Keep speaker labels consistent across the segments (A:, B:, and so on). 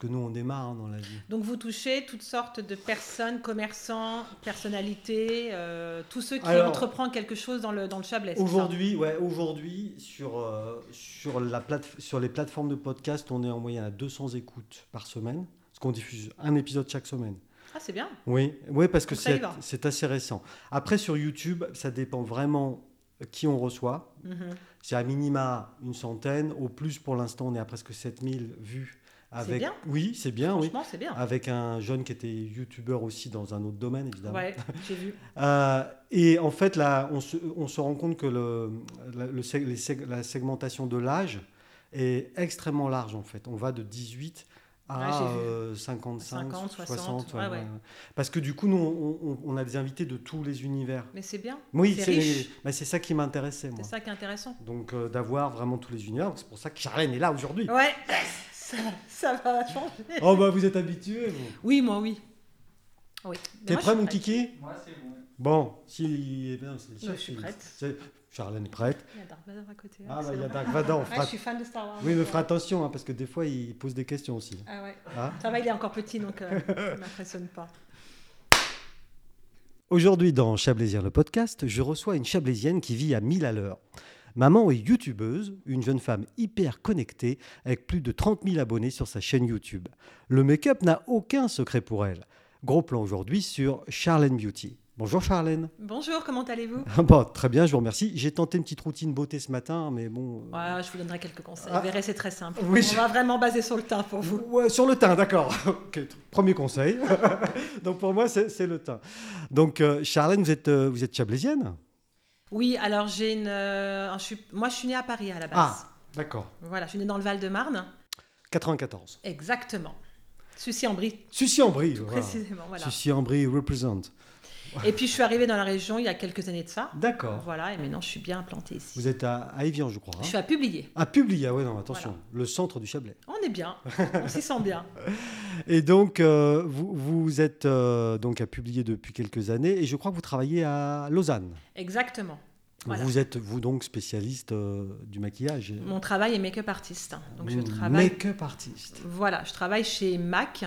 A: que nous, on démarre hein, dans la vie.
B: Donc vous touchez toutes sortes de personnes, commerçants, personnalités, euh, tous ceux qui
A: Alors,
B: entreprennent quelque chose dans le, dans le Chablais. c'est ça
A: Aujourd'hui, ouais, aujourd'hui sur, euh, sur, la plate- sur les plateformes de podcast, on est en moyenne à 200 écoutes par semaine, parce qu'on diffuse un épisode chaque semaine.
B: Ah, c'est bien.
A: Oui, oui parce que
B: Donc ça y
A: c'est
B: va.
A: c'est assez récent. Après, sur YouTube, ça dépend vraiment euh, qui on reçoit.
B: Mhm.
A: C'est à minima une centaine, au plus pour l'instant, on est à presque 7000 vues. Avec...
B: bien.
A: Oui, c'est bien, oui. Ah,
B: Franchement, c'est bien.
A: Avec un jeune qui était youtubeur aussi dans un autre domaine, évidemment.
B: ouais, j'ai vu.
A: Euh, et en fait, là, on se, on se rend compte que le, la, le seg- les seg- la segmentation de l'âge est extrêmement large, en fait. On va de 18
B: Ouais,
A: à
B: j'ai vu.
A: euh, 55,
B: 50,
A: 60.
B: 60, ouais, ouais.
A: Parce que du coup, nous, on, on- on a des invités de tous les univers.
B: Mais c'est bien.
A: Oui,
B: C'est
A: c'est
B: riche.
A: bah, c'est ça qui m'intéressait, moi.
B: C'est ça qui est intéressant.
A: Donc, euh, d'avoir vraiment tous les univers, c'est pour ça que Charlène est là aujourd'hui.
B: Ouais, ça, ça va changer.
A: Oh, bah, vous êtes habitués. vous.
B: Oui, moi, oui. oui. Mais
A: T'es prêt,
B: moi, je suis
A: mon
B: prête.
A: kiki
C: Moi, c'est bon.
A: Bon, si. non, c'est-
B: Je suis
A: c'est-
B: prête.
A: c'est- Charlène est prête.
B: Il y a Darth Vader à côté.
A: Ah,
B: hein,
A: bah,
B: c'est
A: il y a
B: bon.
A: Dark Vador, on
B: Ah,
A: fera-
B: je suis fan de Star Wars.
A: Oui, mais fais attention, hein, parce que des fois, il pose des questions aussi.
B: Ah ouais.
A: hein.
B: Ça va, il est encore petit, donc euh, il m'impressionne pas.
A: Aujourd'hui, dans Chablaisir le podcast, je reçois une Chablaisienne qui vit à 1000 à l'heure. Maman est youtubeuse, une jeune femme hyper connectée, avec plus de 30 000 abonnés sur sa chaîne YouTube. Le make-up n'a aucun secret pour elle. Gros plan aujourd'hui sur Charlène Beauty. Bonjour Charlène.
B: Bonjour, comment allez-vous
A: Bon, très bien, je vous remercie. J'ai tenté une petite routine beauté ce matin, mais bon. euh,
B: Ouais, je vous donnerai quelques conseils.
A: Ah.
B: Vous verrez, c'est très simple.
A: Oui,
B: On
A: je-
B: va vraiment baser sur le teint pour vous.
A: Ouais, sur le teint, d'accord. Ok, tr- premier conseil. Donc pour moi, c'est c'est le teint. Donc euh, Charlène, vous êtes, euh, vous êtes chablaisienne
B: Oui, alors j'ai une. euh, je suis- moi, je suis née à Paris à la base.
A: Ah, d'accord.
B: Voilà, je suis née dans le Val-de-Marne.
A: 94.
B: Exactement. Sucy-en-Brie,
A: Sucy en Brie. voilà.
B: précisément. Voilà.
A: Sucy en Brie represent.
B: Et puis, je suis arrivée dans la région il y a quelques années de ça.
A: D'accord.
B: Voilà, et maintenant, je suis bien implantée ici.
A: Vous êtes à, à Évian, je crois.
B: Je
A: hein
B: suis à publier.
A: à Publi, ah ouais, non, attention, le centre du Chablais.
B: On est bien. On s'y sent bien.
A: Et donc, euh, vous, vous êtes euh, donc à publier depuis quelques années, et je crois que vous travaillez à Lausanne.
B: Exactement. Voilà.
A: Vous êtes, vous donc, spécialiste euh, du maquillage.
B: Mon travail est make-up artiste. Donc, je
A: Mm,
B: travaille
A: Make-up artiste.
B: Voilà, je travaille chez MAC,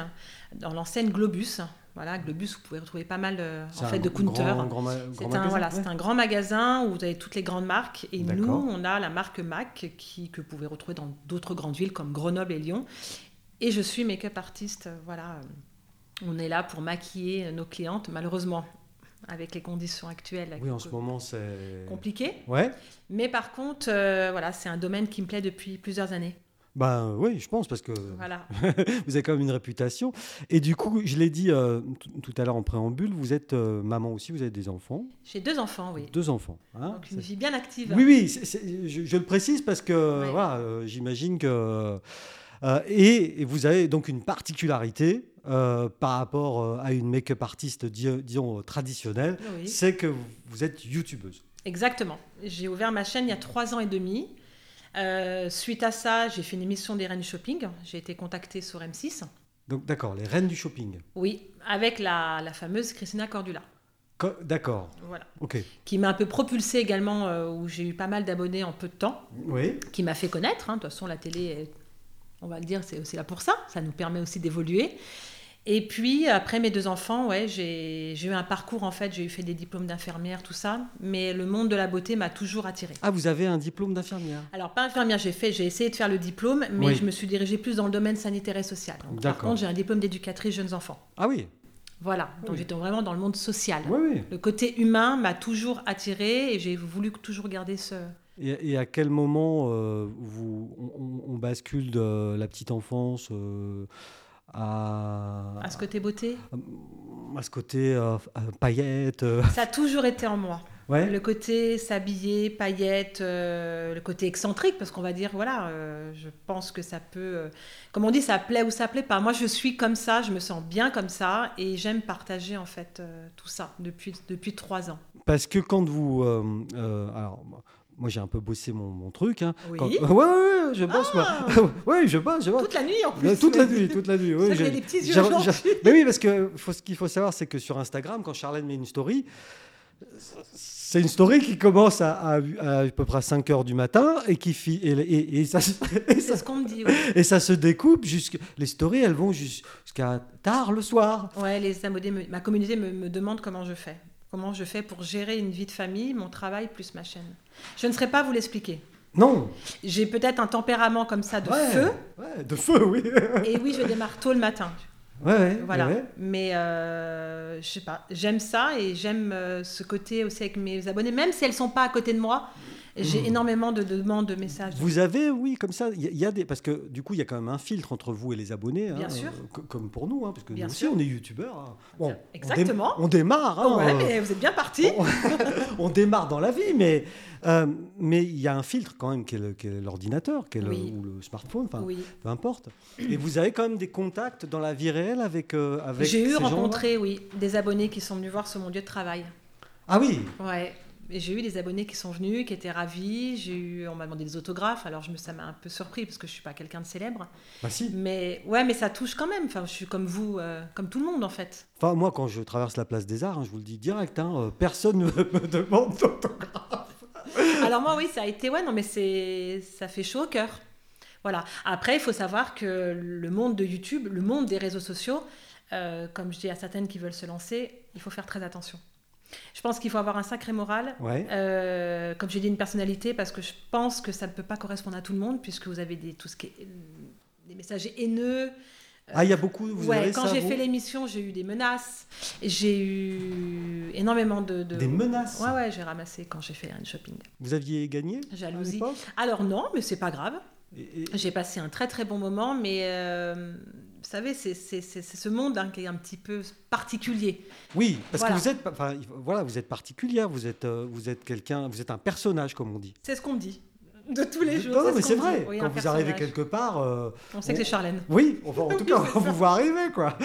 B: dans l'enseigne Globus. Voilà, Globus, vous pouvez retrouver pas mal euh,
A: C'est
B: en fait,
A: un
B: de
A: grand-
B: counters.
A: grand ma-
B: C'est
A: grand
B: un,
A: magasin,
B: voilà,
A: ouais.
B: c'est un grand magasin où vous avez toutes les grandes marques. Et nous,
A: D'accord.
B: on a la marque MAC qui, que vous pouvez retrouver dans d'autres grandes villes comme Grenoble et Lyon. Et je suis make-up artiste. euh, Voilà, on est là pour maquiller nos clientes, malheureusement, avec les conditions actuelles
A: Oui, en ce moment, c'est.
B: compliquées.
A: Ouais,
B: Mais par contre, euh, voilà, c'est un domaine qui me plaît depuis plusieurs années.
A: ben oui, je pense, parce que
B: Voilà.
A: vous avez quand même une réputation. Et du coup, je l'ai dit euh, t- tout à l'heure en préambule, vous êtes euh, maman aussi, vous avez des enfants.
B: J'ai deux enfants, oui.
A: Deux enfants. hein.
B: Donc une
A: C'est-
B: vie bien active.
A: oui, oui, c'est- c'est- je, je le précise parce que
B: Ouais.
A: voilà, euh, j'imagine que. euh, et, et vous avez donc une particularité euh, par rapport euh, à une make-up artiste, di- disons, euh, traditionnelle,
B: Oui.
A: c'est que vous- vous êtes youtubeuse.
B: Exactement. J'ai ouvert ma chaîne il y a trois ans et demi. Euh, suite à ça, j'ai fait une émission des Reines du Shopping. J'ai été contactée sur M6.
A: Donc, d'accord, les reines du shopping.
B: Oui, avec la, la fameuse Christina Cordula.
A: Co- D'accord,
B: Voilà.
A: ok.
B: Qui m'a un peu propulsée également, euh, où j'ai eu pas mal d'abonnés en peu de temps,
A: Oui.
B: qui m'a fait connaître. hein. De toute façon, la télé, est- on va le dire, c'est aussi là pour ça. Ça nous permet aussi d'évoluer. Et puis, après mes deux enfants, ouais, j'ai j'ai eu un parcours, en fait. J'ai eu fait des diplômes d'infirmière, tout ça. Mais le monde de la beauté m'a toujours attirée.
A: Ah, vous avez un diplôme d'infirmière.
B: Alors, pas infirmière, j'ai fait, j'ai essayé de faire le diplôme, mais
A: Oui.
B: je me suis dirigée plus dans le domaine sanitaire et social. Donc, par
A: D'accord.
B: contre, j'ai un diplôme d'éducatrice jeunes enfants.
A: Ah oui.
B: Voilà, donc
A: Oui.
B: j'étais vraiment dans le monde social.
A: Oui, oui.
B: Le côté humain m'a toujours attirée et j'ai voulu toujours garder ce...
A: Et, et à quel moment euh, vous, on, on- on bascule de la petite enfance euh, à,
B: à ce côté beauté.
A: à ce côté euh, f- euh, paillettes euh,
B: Ça a toujours été en moi.
A: Ouais.
B: Le côté s'habiller, paillettes, euh, le côté excentrique, parce qu'on va dire, voilà, euh, je pense que ça peut... euh, comme on dit, ça plaît ou ça plaît pas. Moi, je suis comme ça, je me sens bien comme ça, et j'aime partager, en fait, euh, tout ça depuis, depuis trois ans.
A: Parce que quand vous. euh, euh, alors, moi, j'ai un peu bossé mon, mon truc. Hein.
B: Oui.
A: Quand- ouais, ouais, ouais, je bosse,
B: Ah.
A: moi. ouais, je bosse, je bosse.
B: Toute la nuit en
A: Euh,
B: plus.
A: Toute la nuit, toute la nuit.
B: C'est
A: oui,
B: ça que
A: j'ai-
B: j'ai des petits yeux
A: j'ai-
B: jaunes.
A: j'ai- Mais oui, parce que faut, ce qu'il faut savoir, c'est que sur Instagram, quand Charlène met une story, C'est une story qui commence à, à, à, à peu près 5 heures du matin et qui fi- et, et- et ça, se- et
B: C'est
A: ça-
B: ce qu'on me dit. Ouais,
A: et ça se découpe jusque les stories elles vont jus- jusqu'à tard le soir.
B: Ouais, les amodés, me- ma communauté me, me demande comment je fais. Comment je fais pour gérer une vie de famille, mon travail plus ma chaîne. Je ne saurais pas vous l'expliquer.
A: Non.
B: J'ai peut-être un tempérament comme ça de
A: Ouais.
B: feu.
A: Ouais, de feu oui. ouais,
B: Et oui, je démarre tôt le matin.
A: ouais,
B: Voilà.
A: Eh ouais.
B: Mais euh, je sais pas, j'aime ça et j'aime euh, ce côté aussi avec mes abonnés, même si elles sont pas à côté de moi. J'ai
A: Hmm.
B: énormément de demandes, de messages.
A: Vous avez, oui, comme ça, il y, a- il y a des parce que du coup, il y a quand même un filtre entre vous et les abonnés, hein,
B: Bien sûr.
A: co- comme pour nous, hein, parce que
B: Bien
A: nous aussi,
B: sûr.
A: on est youtubeurs. hein. Bon, on dé-
B: Exactement.
A: On, démarre. hein,
B: Ouais,
A: euh,
B: mais vous êtes bien parti.
A: on, on démarre dans la vie, mais euh, mais il y a un filtre quand même qui est le- qui est l'ordinateur, qui est le-
B: Oui.
A: ou le smartphone, enfin,
B: Oui.
A: peu importe. Et vous avez quand même des contacts dans la vie réelle avec euh, avec.
B: J'ai eu
A: ces gens-là
B: rencontré, oui, des abonnés qui sont venus voir sur mon lieu de travail.
A: Ah oui.
B: Ouais. Et j'ai eu des abonnés qui sont venus, qui étaient ravis. J'ai eu, on m'a demandé des autographes. Alors je me, ça m'a un peu surpris parce que je suis pas quelqu'un de célèbre.
A: Bah si.
B: Mais ouais, mais ça touche quand même. Enfin, je suis comme vous, euh, comme tout le monde en fait.
A: Enfin, moi, quand je traverse la place des Arts, hein, je vous le dis direct, hein, euh, personne ne me demande d'autographe.
B: Alors moi, oui, ça a été, ouais, non, mais c'est, ça fait chaud au cœur. Voilà. Après, il faut savoir que le monde de YouTube, le monde des réseaux sociaux, euh, comme je dis à certaines qui veulent se lancer, il faut faire très attention. Je pense qu'il faut avoir un sacré moral.
A: Ouais.
B: Euh, comme j'ai dit, une personnalité, parce que je pense que ça ne peut pas correspondre à tout le monde, puisque vous avez des, tout ce qui est, euh, des messages haineux.
A: Ah, il y a beaucoup. Vous
B: Ouais,
A: avez
B: quand
A: ça,
B: j'ai
A: vous
B: fait l'émission, j'ai eu des menaces, j'ai eu énormément de... de-
A: Des menaces.
B: Ouais, ouais, j'ai ramassé quand j'ai fait un shopping.
A: Vous aviez gagné à
B: Jalousie.
A: l'époque
B: Alors non, mais c'est pas grave.
A: Et- et-
B: J'ai passé un très très bon moment, mais euh, vous savez, c'est c'est- c'est- c'est ce monde hein, qui est un petit peu particulier.
A: Oui, parce
B: Voilà.
A: que vous êtes, pas- enfin, il faut- voilà, vous êtes particulière, vous êtes, euh, vous êtes quelqu'un, vous êtes un personnage comme on dit.
B: C'est ce qu'on me dit de tous les jours.
A: non, non,
B: ce
A: mais
B: qu'on
A: c'est
B: me dit.
A: vrai.
B: Oui,
A: Quand
B: un
A: vous arrivez
B: personnage.
A: quelque part, euh,
B: On sait que c'est Charlène.
A: oui, enfin, en tout cas, on vous voit arriver, quoi.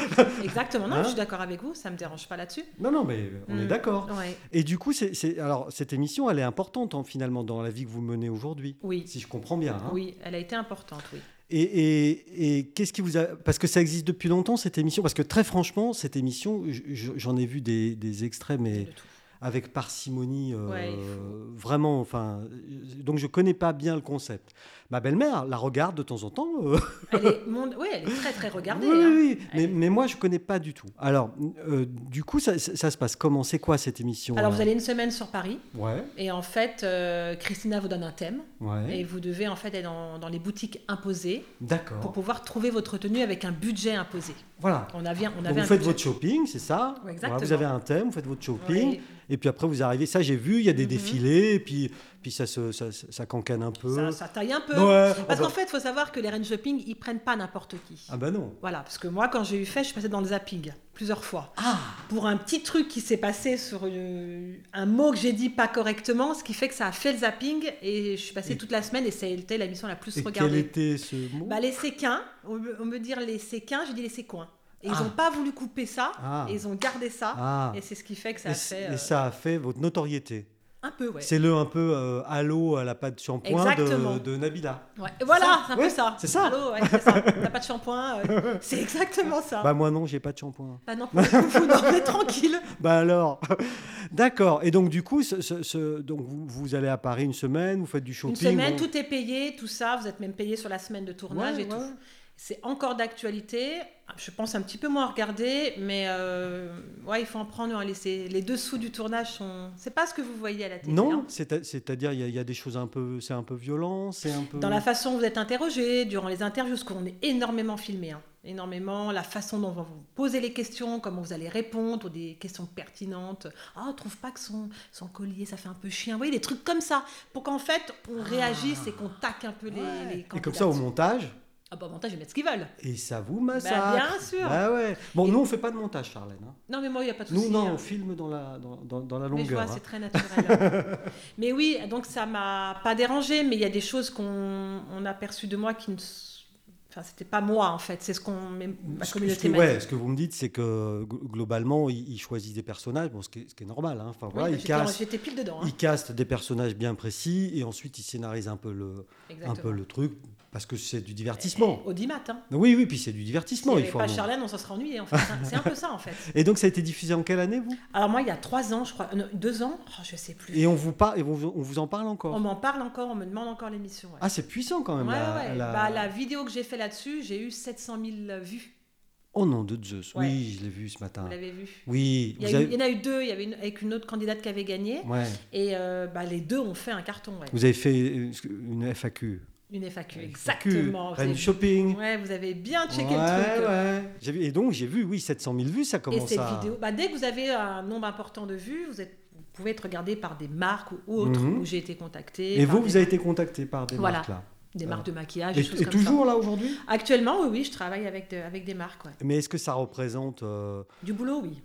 B: Exactement, non,
A: Hein
B: je suis d'accord avec vous, ça me dérange pas là-dessus.
A: Non, non, mais on est
B: Mm.
A: d'accord.
B: Ouais.
A: Et du coup, c'est, c'est- alors cette émission, elle est importante hein, finalement dans la vie que vous menez aujourd'hui,
B: Oui.
A: si je comprends bien. hein.
B: Oui, elle a été importante, oui.
A: Et, et- et qu'est-ce qui vous a... Parce que ça existe depuis longtemps, cette émission Parce que très franchement, cette émission, j- j- j'en ai vu des, des extraits, mais
B: De tout.
A: avec parcimonie, euh,
B: Ouais, il faut.
A: vraiment. Enfin, euh, donc je connais pas bien le concept. Ma belle-mère la regarde de temps en temps. euh,
B: Elle est mon- Oui, elle est très très regardée.
A: oui,
B: hein.
A: oui, oui, mais,
B: Elle-
A: mais moi je connais pas du tout. Alors, euh, du coup, ça, ça- ça se passe comment C'est quoi cette émission
B: Alors
A: là
B: vous allez une semaine sur Paris,
A: Ouais,
B: et en fait, euh, Christina vous donne un thème,
A: ouais.
B: et vous devez en fait aller dans, dans les boutiques imposées
A: D'accord.
B: pour pouvoir trouver votre tenue avec un budget imposé.
A: Voilà.
B: On avait, on
A: Donc
B: avait
A: vous
B: un
A: faites
B: budget.
A: votre shopping, c'est ça
B: Ouais, exactement.
A: Vous avez un thème, vous faites votre shopping,
B: Oui.
A: et puis après vous arrivez. Ça j'ai vu, il y a des
B: Mhm.
A: défilés, et puis puis ça se ça, ça cancane un peu.
B: Ça, ça taille un peu.
A: Euh. Ouais, ah
B: Parce
A: bah-
B: qu'en fait, il faut savoir que les reines shopping, ils prennent pas n'importe qui.
A: Ah bah non.
B: Voilà, parce que moi, quand j'ai eu fait, je suis passée dans le zapping plusieurs fois.
A: Ah
B: Pour un petit truc qui s'est passé sur une- un mot que j'ai dit pas correctement, ce qui fait que ça a fait le zapping et je suis passée
A: Et-
B: toute la semaine et ça a été la mission la plus
A: Et quel
B: regardée.
A: était ce mot
B: Bah, les séquins, on, me- on me dire les séquins, j'ai dit les séquins. Et
A: Ah.
B: ils n'ont pas voulu couper ça,
A: Ah.
B: et ils ont gardé ça.
A: Ah.
B: Et c'est ce qui fait que ça
A: et,
B: a
A: c-
B: fait
A: et
B: euh,
A: ça a fait votre notoriété.
B: un peu, ouais.
A: C'est le un peu euh, halo à la pâte de shampoing
B: Exactement.
A: de, de Nabila.
B: Ouais. Et voilà,
A: ça
B: c'est un
A: Ouais,
B: peu ça.
A: c'est ça.
B: Allô, ouais, c'est ça. T'as pas de shampoing. euh, c'est exactement ça. Bah,
A: Bah moi non, j'ai pas de shampoing.
B: non, pour le coup, vous dormez tranquille.
A: Bah alors, d'accord. Et donc du coup, ce- ce- ce- donc vous, vous allez à Paris une semaine, vous faites du shopping.
B: Une semaine,
A: bon.
B: tout est payé, tout ça. Vous êtes même payé sur la semaine de tournage
A: Ouais,
B: et
A: ouais.
B: tout. C'est encore d'actualité. Je pense un petit peu moins regardé, mais euh, ouais, il faut en prendre un. Les, c'est- les dessous du tournage sont. C'est pas ce que vous voyez à la télé. hein.
A: Non, c'est- c'est-à-dire il y, a- il y a des choses un peu, c'est un peu violent, c'est un peu.
B: Dans la façon dont vous êtes interrogé, durant les interviews, parce qu'on est énormément filmé, hein, énormément, la façon dont on va vous poser les questions, comment vous allez répondre, ou des questions pertinentes. Ah, on trouve pas que son, son collier, ça fait un peu chien. Vous voyez, des trucs comme ça, pour qu'en fait, on réagisse et qu'on taque un peu les,
A: Ah. Ouais.
B: les
A: Et comme
B: candidats.
A: ça au montage,
B: Ah, bah, au montage, ils mettent ce qu'ils veulent.
A: et ça vous massacre.
B: Bah, bien sûr.
A: Bah ouais. Bon,
B: Et-
A: nous on fait pas de montage, Charlène. hein.
B: Non, mais moi, il n'y a pas de
A: Nous
B: souci.
A: non,
B: hein.
A: on filme dans la dans, dans- dans la
B: Mais je
A: longueur.
B: vois,
A: hein.
B: c'est très naturel. hein. mais oui, donc ça m'a pas dérangé, mais il y a des choses qu'on on a perçues de moi qui ne s- Enfin, c'était pas moi en fait, c'est ce qu'on ma
A: Ce que-
B: communauté
A: ce, que,
B: m'a
A: ouais,
B: dit.
A: ce que vous me dites, c'est que gl- globalement, il, il choisit des personnages, bon, ce, qui est, ce qui est normal. hein. Enfin,
B: Oui,
A: voilà,
B: bah,
A: il,
B: j'étais en-
A: casse,
B: J'étais pile dedans. hein.
A: il caste des personnages bien précis et ensuite il scénarise un peu le, un
B: Exactement. Eh,
A: peu le truc parce que c'est du divertissement.
B: Au 10 matin.
A: Oui, oui, puis c'est du
B: Si
A: divertissement.
B: il n'y
A: il
B: avait
A: faut
B: pas
A: un moment.
B: Charlène, on s'en serait ennuyé. En fait. C'est un- C'est un peu ça en fait.
A: Et donc ça a été diffusé en quelle année, vous
B: Alors moi, il y a trois ans, je crois, non, deux ans, oh, je sais plus.
A: Et on vous, par- et on vous- on vous en parle encore
B: On m'en parle encore, on me demande encore l'émission. ouais.
A: Ah, c'est puissant quand même.
B: Ouais,
A: la,
B: ouais.
A: la-
B: Bah, la vidéo que j'ai fait là-dessus, j'ai eu 700 000 vues.
A: Oh non, de Zeus.
B: Ouais.
A: Oui, je l'ai vu ce matin.
B: Vous l'avez vu
A: Oui,
B: il y,
A: vous
B: a eu-
A: avez-
B: il y en a eu deux, il y avait une, avec une autre candidate qui avait gagné.
A: ouais.
B: Et euh, bah, les deux ont fait un carton, ouais.
A: Vous avez fait euh, une FAQ.
B: Une FAQ,
A: FAQ,
B: exactement. Vous
A: Rennes
B: avez,
A: Shopping.
B: ouais, vous avez bien
A: Ouais,
B: checké le truc.
A: ouais. J'ai vu- Et donc, j'ai vu, oui, 700 000 vues, ça
B: Et
A: commence
B: cette
A: à...
B: vidéo, bah, dès que vous avez un nombre important de vues, vous, êtes, vous pouvez être regardé par des marques ou, ou autres
A: Mhm.
B: où j'ai été contactée.
A: Et
B: par
A: vous,
B: des,
A: vous avez été contacté par des
B: Voilà.
A: marques, là.
B: des marques de maquillage,
A: Et,
B: des choses
A: et
B: comme
A: toujours, hein. là, aujourd'hui
B: ça. Actuellement, oui, oui, je travaille avec, de- avec des marques. ouais.
A: Mais est-ce que ça représente euh,
B: Du boulot, oui.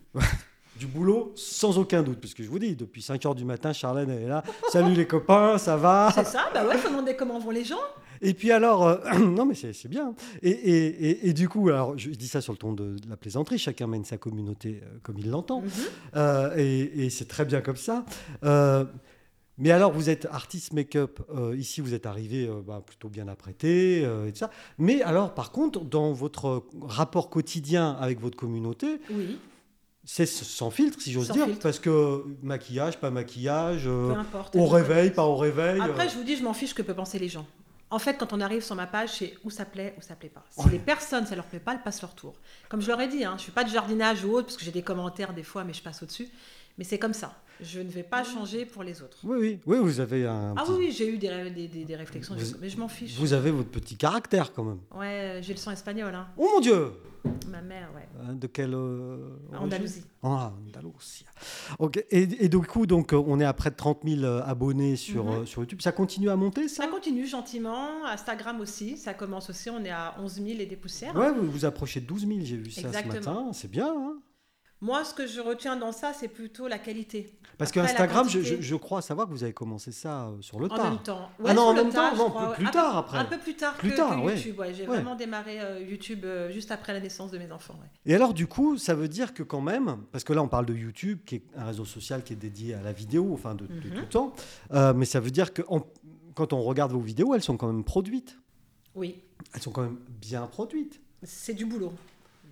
A: du boulot Sans aucun doute, parce que je vous dis, depuis 5 heures du matin, Charlène, elle est là. Salut les copains, ça va
B: C'est ça, bah ouais, faut demander comment vont les gens.
A: Et puis alors, euh, non mais c'est c'est bien. Et, et- et- et du coup, alors je dis ça sur le ton de, de la plaisanterie, chacun mène sa communauté euh, comme il l'entend.
B: Mhm.
A: Euh, et et c'est très bien comme ça. Euh, mais alors, vous êtes artiste make-up, euh, ici vous êtes arrivé euh, bah, plutôt bien apprêté euh, et tout ça. Mais alors, par contre, dans votre rapport quotidien avec votre communauté,
B: Oui,
A: c'est s- sans filtre, si j'ose
B: Sans
A: dire,
B: filtre.
A: parce que maquillage, pas maquillage, euh,
B: peu importe.
A: au réveil, pas au réveil.
B: Après,
A: euh,
B: je vous dis, je m'en fiche que peuvent penser les gens. En fait, quand on arrive sur ma page, c'est où ça plaît, où ça plaît pas. Si
A: Ouais.
B: les personnes, ça leur plaît pas, elles passent leur tour. Comme je leur ai dit, hein, je suis pas de jardinage ou autre, parce que j'ai des commentaires des fois, mais je passe au-dessus. Mais c'est comme ça. Je ne vais pas changer pour les autres.
A: Oui, oui, oui, vous avez un.
B: Ah
A: petit-
B: oui, oui, j'ai eu des, ré- des, des- des réflexions,
A: Vous-
B: mais je m'en fiche.
A: Vous avez votre petit caractère quand même.
B: Ouais, euh, j'ai le sang espagnol, hein.
A: Oh mon Dieu
B: ma mère, ouais.
A: Hein, De quelle euh, origine
B: Andalousie.
A: Ah, Andalousie. Ok. Et, et du coup, donc, euh, on est à près de 30 000 euh, abonnés sur,
B: Mhm.
A: euh, sur YouTube. Ça continue à monter, ça
B: Ça continue gentiment, Instagram aussi, ça commence aussi, on est à 11 000 et des poussières.
A: Ouais, vous vous approchez de 12 000, j'ai vu ça
B: hein. Exactement.
A: ce matin. C'est bien. hein
B: Moi, ce que je retiens dans ça, c'est plutôt la qualité.
A: Parce que
B: Après, la
A: Instagram, je,
B: quantité.
A: je- je crois savoir que vous avez commencé ça euh, sur le
B: En
A: tard.
B: même temps.
A: ah non,
B: sur
A: en
B: le
A: même
B: tas,
A: temps,
B: je
A: non,
B: crois, ouais.
A: plus
B: Un peu-
A: tard après.
B: Un peu plus tard
A: Plus
B: que,
A: tard,
B: que
A: ouais.
B: YouTube. ouais. J'ai
A: Ouais.
B: vraiment démarré euh, YouTube euh, juste après la naissance de mes enfants. ouais.
A: Et alors, du coup, ça veut dire que quand même, parce que là, on parle de YouTube, qui est un réseau social qui est dédié à la vidéo, enfin, de, de
B: Mhm.
A: tout temps, Euh, mais ça veut dire que en- quand on regarde vos vidéos, elles sont quand même produites.
B: Oui,
A: Elles sont quand même bien produites.
B: c'est du boulot.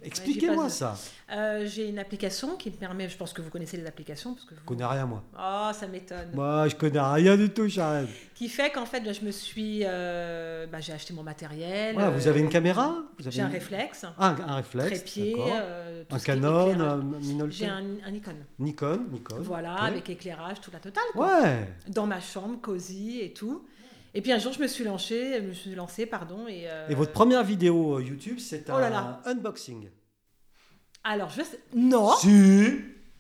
A: Expliquez-moi
B: Ouais, j'y
A: ça.
B: Euh, J'ai une application qui me permet, je pense que vous connaissez les applications. Parce que vous...
A: Je connais rien, moi.
B: Oh, ça m'étonne.
A: Moi, je connais rien du tout, Charles.
B: Qui fait qu'en fait, bah, je me suis. euh, bah, J'ai acheté mon matériel.
A: Voilà,
B: euh,
A: vous avez une caméra Vous avez
B: J'ai un
A: une-
B: réflexe,
A: Ah, un, un réflexe.
B: trépied,
A: d'accord.
B: euh, tout
A: un
B: ce qui est
A: Canon,
B: éclairage.
A: un Minolta.
B: J'ai un, un Nikon.
A: Nikon, Nikon.
B: Voilà,
A: ok.
B: avec éclairage, toute la totale. quoi.
A: Ouais.
B: dans ma chambre, cosy et tout. Et puis un jour, je me suis lancée, je me suis lancée, pardon. Et, euh,
A: Et votre première vidéo euh, YouTube, c'est un
B: Oh là là. Oh.
A: unboxing.
B: Alors, je sais... Non,
A: Si.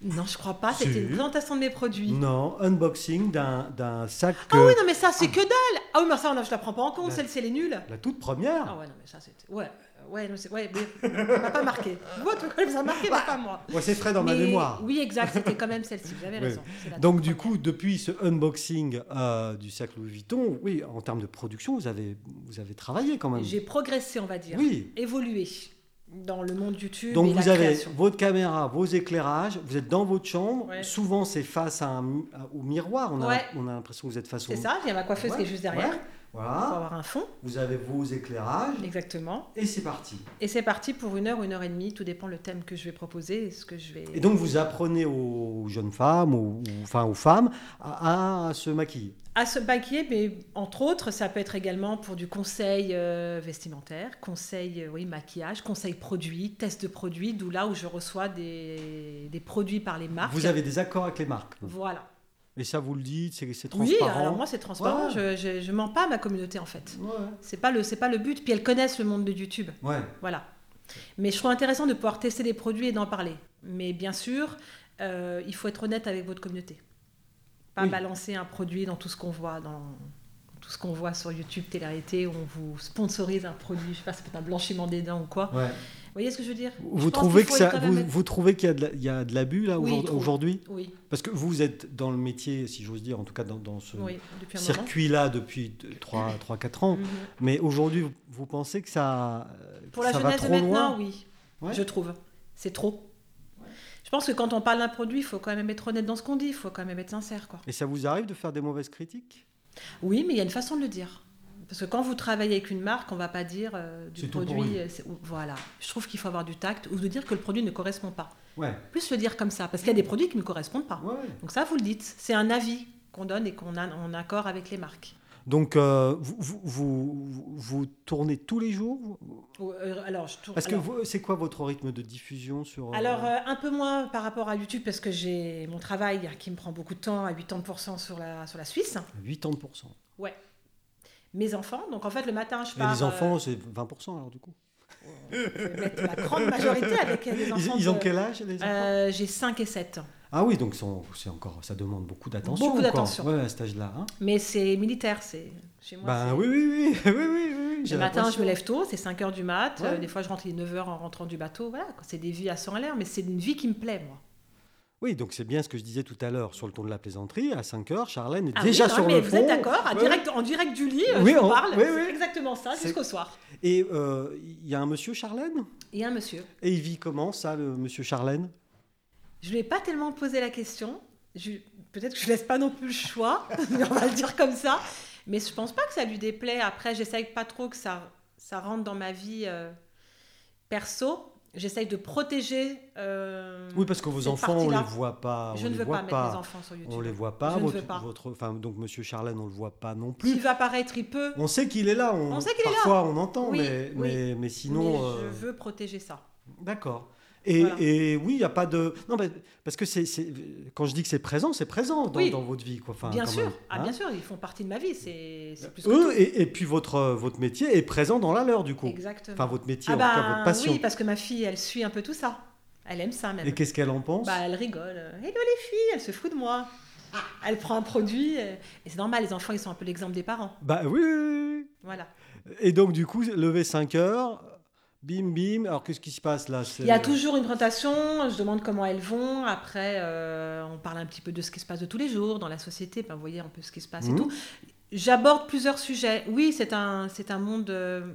B: non, je crois pas.
A: Si.
B: C'était une présentation de mes produits.
A: Non, unboxing d'un d'un sac.
B: Ah
A: euh,
B: oui, non, mais ça, c'est que dalle. Ah oui, mais ça, on a- je la prends pas en compte.
A: Bah.
B: Celle-ci, elle est nulle.
A: La toute première.
B: Ah ouais, non, mais ça, c'était... Ouais, euh, ouais, non, c'est... ouais, mais elle m'a pas marqué. Votre, elle vous a marqué, mais pas moi.
A: Ouais, c'est frais dans ma
B: Mais-
A: mémoire.
B: Oui, exact. C'était quand même celle-ci. Vous avez
A: Oui.
B: raison. c'est la
A: Donc
B: toute
A: du
B: première.
A: coup, depuis ce unboxing euh, du sac Louis Vuitton, oui, en termes de production, vous avez vous avez travaillé quand même.
B: j'ai progressé, on va dire,
A: hein. Oui.
B: évolué dans le monde YouTube.
A: Donc
B: et
A: vous
B: la
A: avez
B: création.
A: votre caméra, vos éclairages, vous êtes dans votre chambre.
B: Ouais.
A: Souvent c'est face à un mi- à- au miroir. On a
B: Ouais.
A: on a l'impression que vous êtes face au.
B: C'est ça. Il y a ma coiffeuse qui est juste derrière.
A: Ouais.
B: Pour
A: Voilà.
B: avoir un fond.
A: Vous avez vos éclairages
B: Exactement.
A: et c'est parti.
B: Et c'est parti pour une heure, une heure et demie. Tout dépend le thème que je vais proposer et ce que je vais.
A: Et donc vous apprenez aux jeunes femmes, aux, ou- enfin aux femmes, à, à se maquiller.
B: À se maquiller, mais entre autres, ça peut être également pour du conseil euh, vestimentaire, conseil euh, oui, maquillage, conseil produit, test de produit, d'où là où je reçois des, des produits par les marques.
A: Vous avez des accords avec les marques.
B: Voilà.
A: Et ça vous le dites, c'est c'est transparent.
B: Oui, alors moi c'est transparent,
A: Ouais.
B: je, je, je mens pas à ma communauté en fait.
A: Ouais.
B: C'est pas, le- c'est pas le but, puis elles connaissent le monde de YouTube.
A: Ouais.
B: Voilà. Mais je trouve intéressant de pouvoir tester des produits et d'en parler. Mais bien sûr, euh, il faut être honnête avec votre communauté. Pas
A: Oui.
B: balancer un produit dans tout ce qu'on voit dans tout ce qu'on voit sur YouTube, télé-réalité, où on vous sponsorise un produit, je sais pas, ça peut être un blanchiment des dents ou quoi.
A: Ouais.
B: voyez ce que je veux dire
A: Vous
B: Je pense
A: trouvez
B: qu'il
A: que
B: faut
A: ça,
B: quand même
A: vous,
B: être-
A: vous trouvez qu'il y a de la- il y a de l'abus là
B: Oui,
A: aujourd'hui-
B: trop.
A: aujourd'hui
B: Oui,
A: Parce que vous êtes dans le métier, si j'ose dire, en tout cas dans, dans ce
B: oui, depuis un moment.
A: circuit-là depuis 3-4 ans.
B: Mhm.
A: Mais aujourd'hui, vous- vous pensez que ça, euh,
B: Pour la
A: ça va
B: jeunesse de
A: trop
B: maintenant,
A: loin
B: oui,
A: Ouais.
B: je trouve. C'est trop. Je pense que quand on parle d'un produit, il faut quand même être honnête dans ce qu'on dit, il faut quand même être sincère. Quoi.
A: Et ça vous arrive de faire des mauvaises critiques
B: Oui, mais il y a une façon de le dire. Parce que quand vous travaillez avec une marque, on va pas dire euh, du
A: C'est tout pour
B: produit.
A: lui.
B: euh, c'est- ou- voilà. Je trouve qu'il faut avoir du tact ou de dire que le produit ne correspond pas.
A: Ouais.
B: Plus le dire comme ça, parce qu'il y a des produits qui ne correspondent pas.
A: ouais.
B: Donc ça, vous le dites. C'est un avis qu'on donne et qu'on a en accord avec les marques.
A: Donc, euh, vous, vous, vous, vous tournez tous les jours
B: Ou, euh, alors, je tourne-
A: Parce que
B: alors-
A: vous- c'est quoi votre rythme de diffusion sur. euh,
B: Alors, euh, un peu moins par rapport à YouTube, parce que j'ai mon travail qui me prend beaucoup de temps, à 80% sur la, sur la Suisse.
A: 80%.
B: Mes enfants, donc en fait, le matin, je
A: Et
B: pars.
A: les
B: euh,
A: enfants, c'est 20% alors du coup.
B: je vais mettre la grande majorité avec les
A: Ils,
B: enfants.
A: ils ont
B: de-
A: quel âge les enfants
B: Euh, J'ai 5 et 7 ans.
A: Ah oui, donc sont- c'est encore, ça demande beaucoup d'attention.
B: Beaucoup
A: encore.
B: d'attention.
A: Ouais, à cet âge-là. hein.
B: Mais c'est militaire, c'est chez moi.
A: Ben
B: c'est-
A: oui, oui, oui, oui, oui, oui, oui. j'ai
B: le matin, je
A: l'impression.
B: me lève tôt, c'est 5 heures du mat.
A: Ouais.
B: euh, des fois, je rentre les 9 heures en rentrant du bateau. Voilà, quoi. c'est des vies à 100 à l'air, mais c'est une vie qui me plaît, moi.
A: Oui, donc c'est bien ce que je disais tout à l'heure sur le ton de la plaisanterie. À 5 heures, Charlène est
B: Ah
A: déjà
B: oui, non,
A: sur
B: mais
A: le
B: vous
A: fond.
B: êtes d'accord à
A: Ouais.
B: direct, En direct du lit, euh,
A: Oui,
B: je vous
A: on-
B: parle.
A: oui,
B: c'est
A: oui.
B: exactement ça,
A: C'est-
B: jusqu'au soir.
A: Et euh, il y a un monsieur Charlène
B: Et un monsieur.
A: Et il vit comment ça, le monsieur Charlène
B: Mm. Je lui ai pas tellement posé la question. Je- Peut-être que je laisse pas non plus le choix, on va le dire comme ça. Mais je pense pas que ça lui déplaît. Après, j'essaye pas trop que ça, ça rentre dans ma vie euh, perso. J'essaye de protéger. euh,
A: Oui, parce que vos
B: cette
A: enfants, on
B: partie-là.
A: les voit pas.
B: je
A: Ah, on
B: ne
A: les
B: veux
A: voit
B: pas mettre mes enfants sur YouTube.
A: On les voit pas.
B: Je ne
A: votre,
B: veux pas.
A: votre- enfin, donc monsieur Charlène, on le voit pas non plus.
B: S'il veut apparaître, il peut.
A: On sait qu'il est là. On,
B: On sait qu'il est là.
A: parfois, on entend,
B: Oui,
A: mais,
B: oui.
A: mais mais sinon.
B: mais je
A: euh,
B: veux protéger ça.
A: D'accord. Et,
B: Voilà.
A: et oui, il n'y a pas de. Non, mais parce que c'est, c'est- quand je dis que c'est présent, c'est présent dans,
B: Oui.
A: dans votre vie. Quoi. Enfin,
B: bien
A: quand
B: sûr,
A: même,
B: ah,
A: hein.
B: bien sûr, ils font partie de ma vie. C'est c'est plus que
A: Eux,
B: tout.
A: et, et puis votre, euh, votre métier est présent dans la leur, du coup.
B: Exactement.
A: Enfin, votre métier,
B: ah
A: en tout cas, votre
B: bah
A: passion.
B: oui, parce que ma fille, elle suit un peu tout ça. Elle aime ça même.
A: et qu'est-ce qu'elle en pense
B: Bah, elle rigole. Hello les filles, elle se fout de moi. Elle prend un produit. euh, Et c'est normal, les enfants, ils sont un peu l'exemple des parents.
A: Bah oui, oui,
B: Voilà.
A: oui. Et donc, du coup, lever 5 heures, bim, bim. Alors, qu'est-ce qui se passe là C'est-
B: Il y a toujours une présentation, je demande comment elles vont. Après, euh, on parle un petit peu de ce qui se passe de tous les jours dans la société. Ben, vous voyez un peu ce qui se passe
A: Mhm.
B: et tout. J'aborde plusieurs sujets. Oui, c'est un, c'est un monde, euh,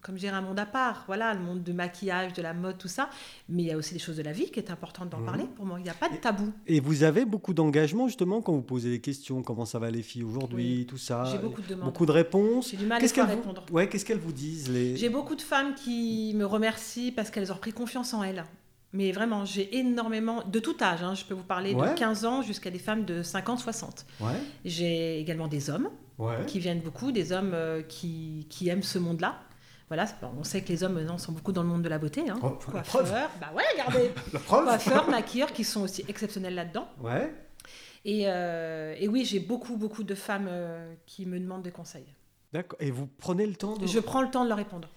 B: comme je dirais, un monde à part. Voilà, le monde de maquillage, de la mode, tout ça. Mais il y a aussi des choses de la vie qui est importante d'en
A: Mhm.
B: parler pour moi. Il n'y a pas de tabou.
A: euh, Et vous avez beaucoup d'engagement, justement, quand vous posez des questions. Comment ça va les filles aujourd'hui Tout ça.
B: J'ai beaucoup de demandes.
A: Ah, Beaucoup de réponses.
B: J'ai du mal
A: Qu'est-ce
B: à
A: qu'elles vous...
B: répondre.
A: ouais, qu'est-ce qu'elles vous disent les...
B: J'ai beaucoup de femmes qui me remercient parce qu'elles ont repris confiance en elles. Mais vraiment, j'ai énormément, de tout âge, hein, je peux vous parler
A: Ouais.
B: de 15 ans jusqu'à des femmes de 50, 60.
A: Ouais,
B: J'ai également des hommes
A: ouais.
B: qui viennent beaucoup, des hommes euh, qui, qui aiment ce monde-là. Voilà, c'est- bon, on sait que les hommes maintenant sont beaucoup dans le monde de la beauté. Hein.
A: Oh, enfin, la preuve,
B: Coiffeurs, bah ouais, regardez,
A: la preuve.
B: coiffeurs, maquilleurs qui sont aussi exceptionnels là-dedans.
A: Ouais.
B: Et, euh, et oui, j'ai beaucoup, beaucoup de femmes euh, qui me demandent des conseils.
A: D'accord. Et vous prenez le temps de.
B: Je prends le temps de leur répondre.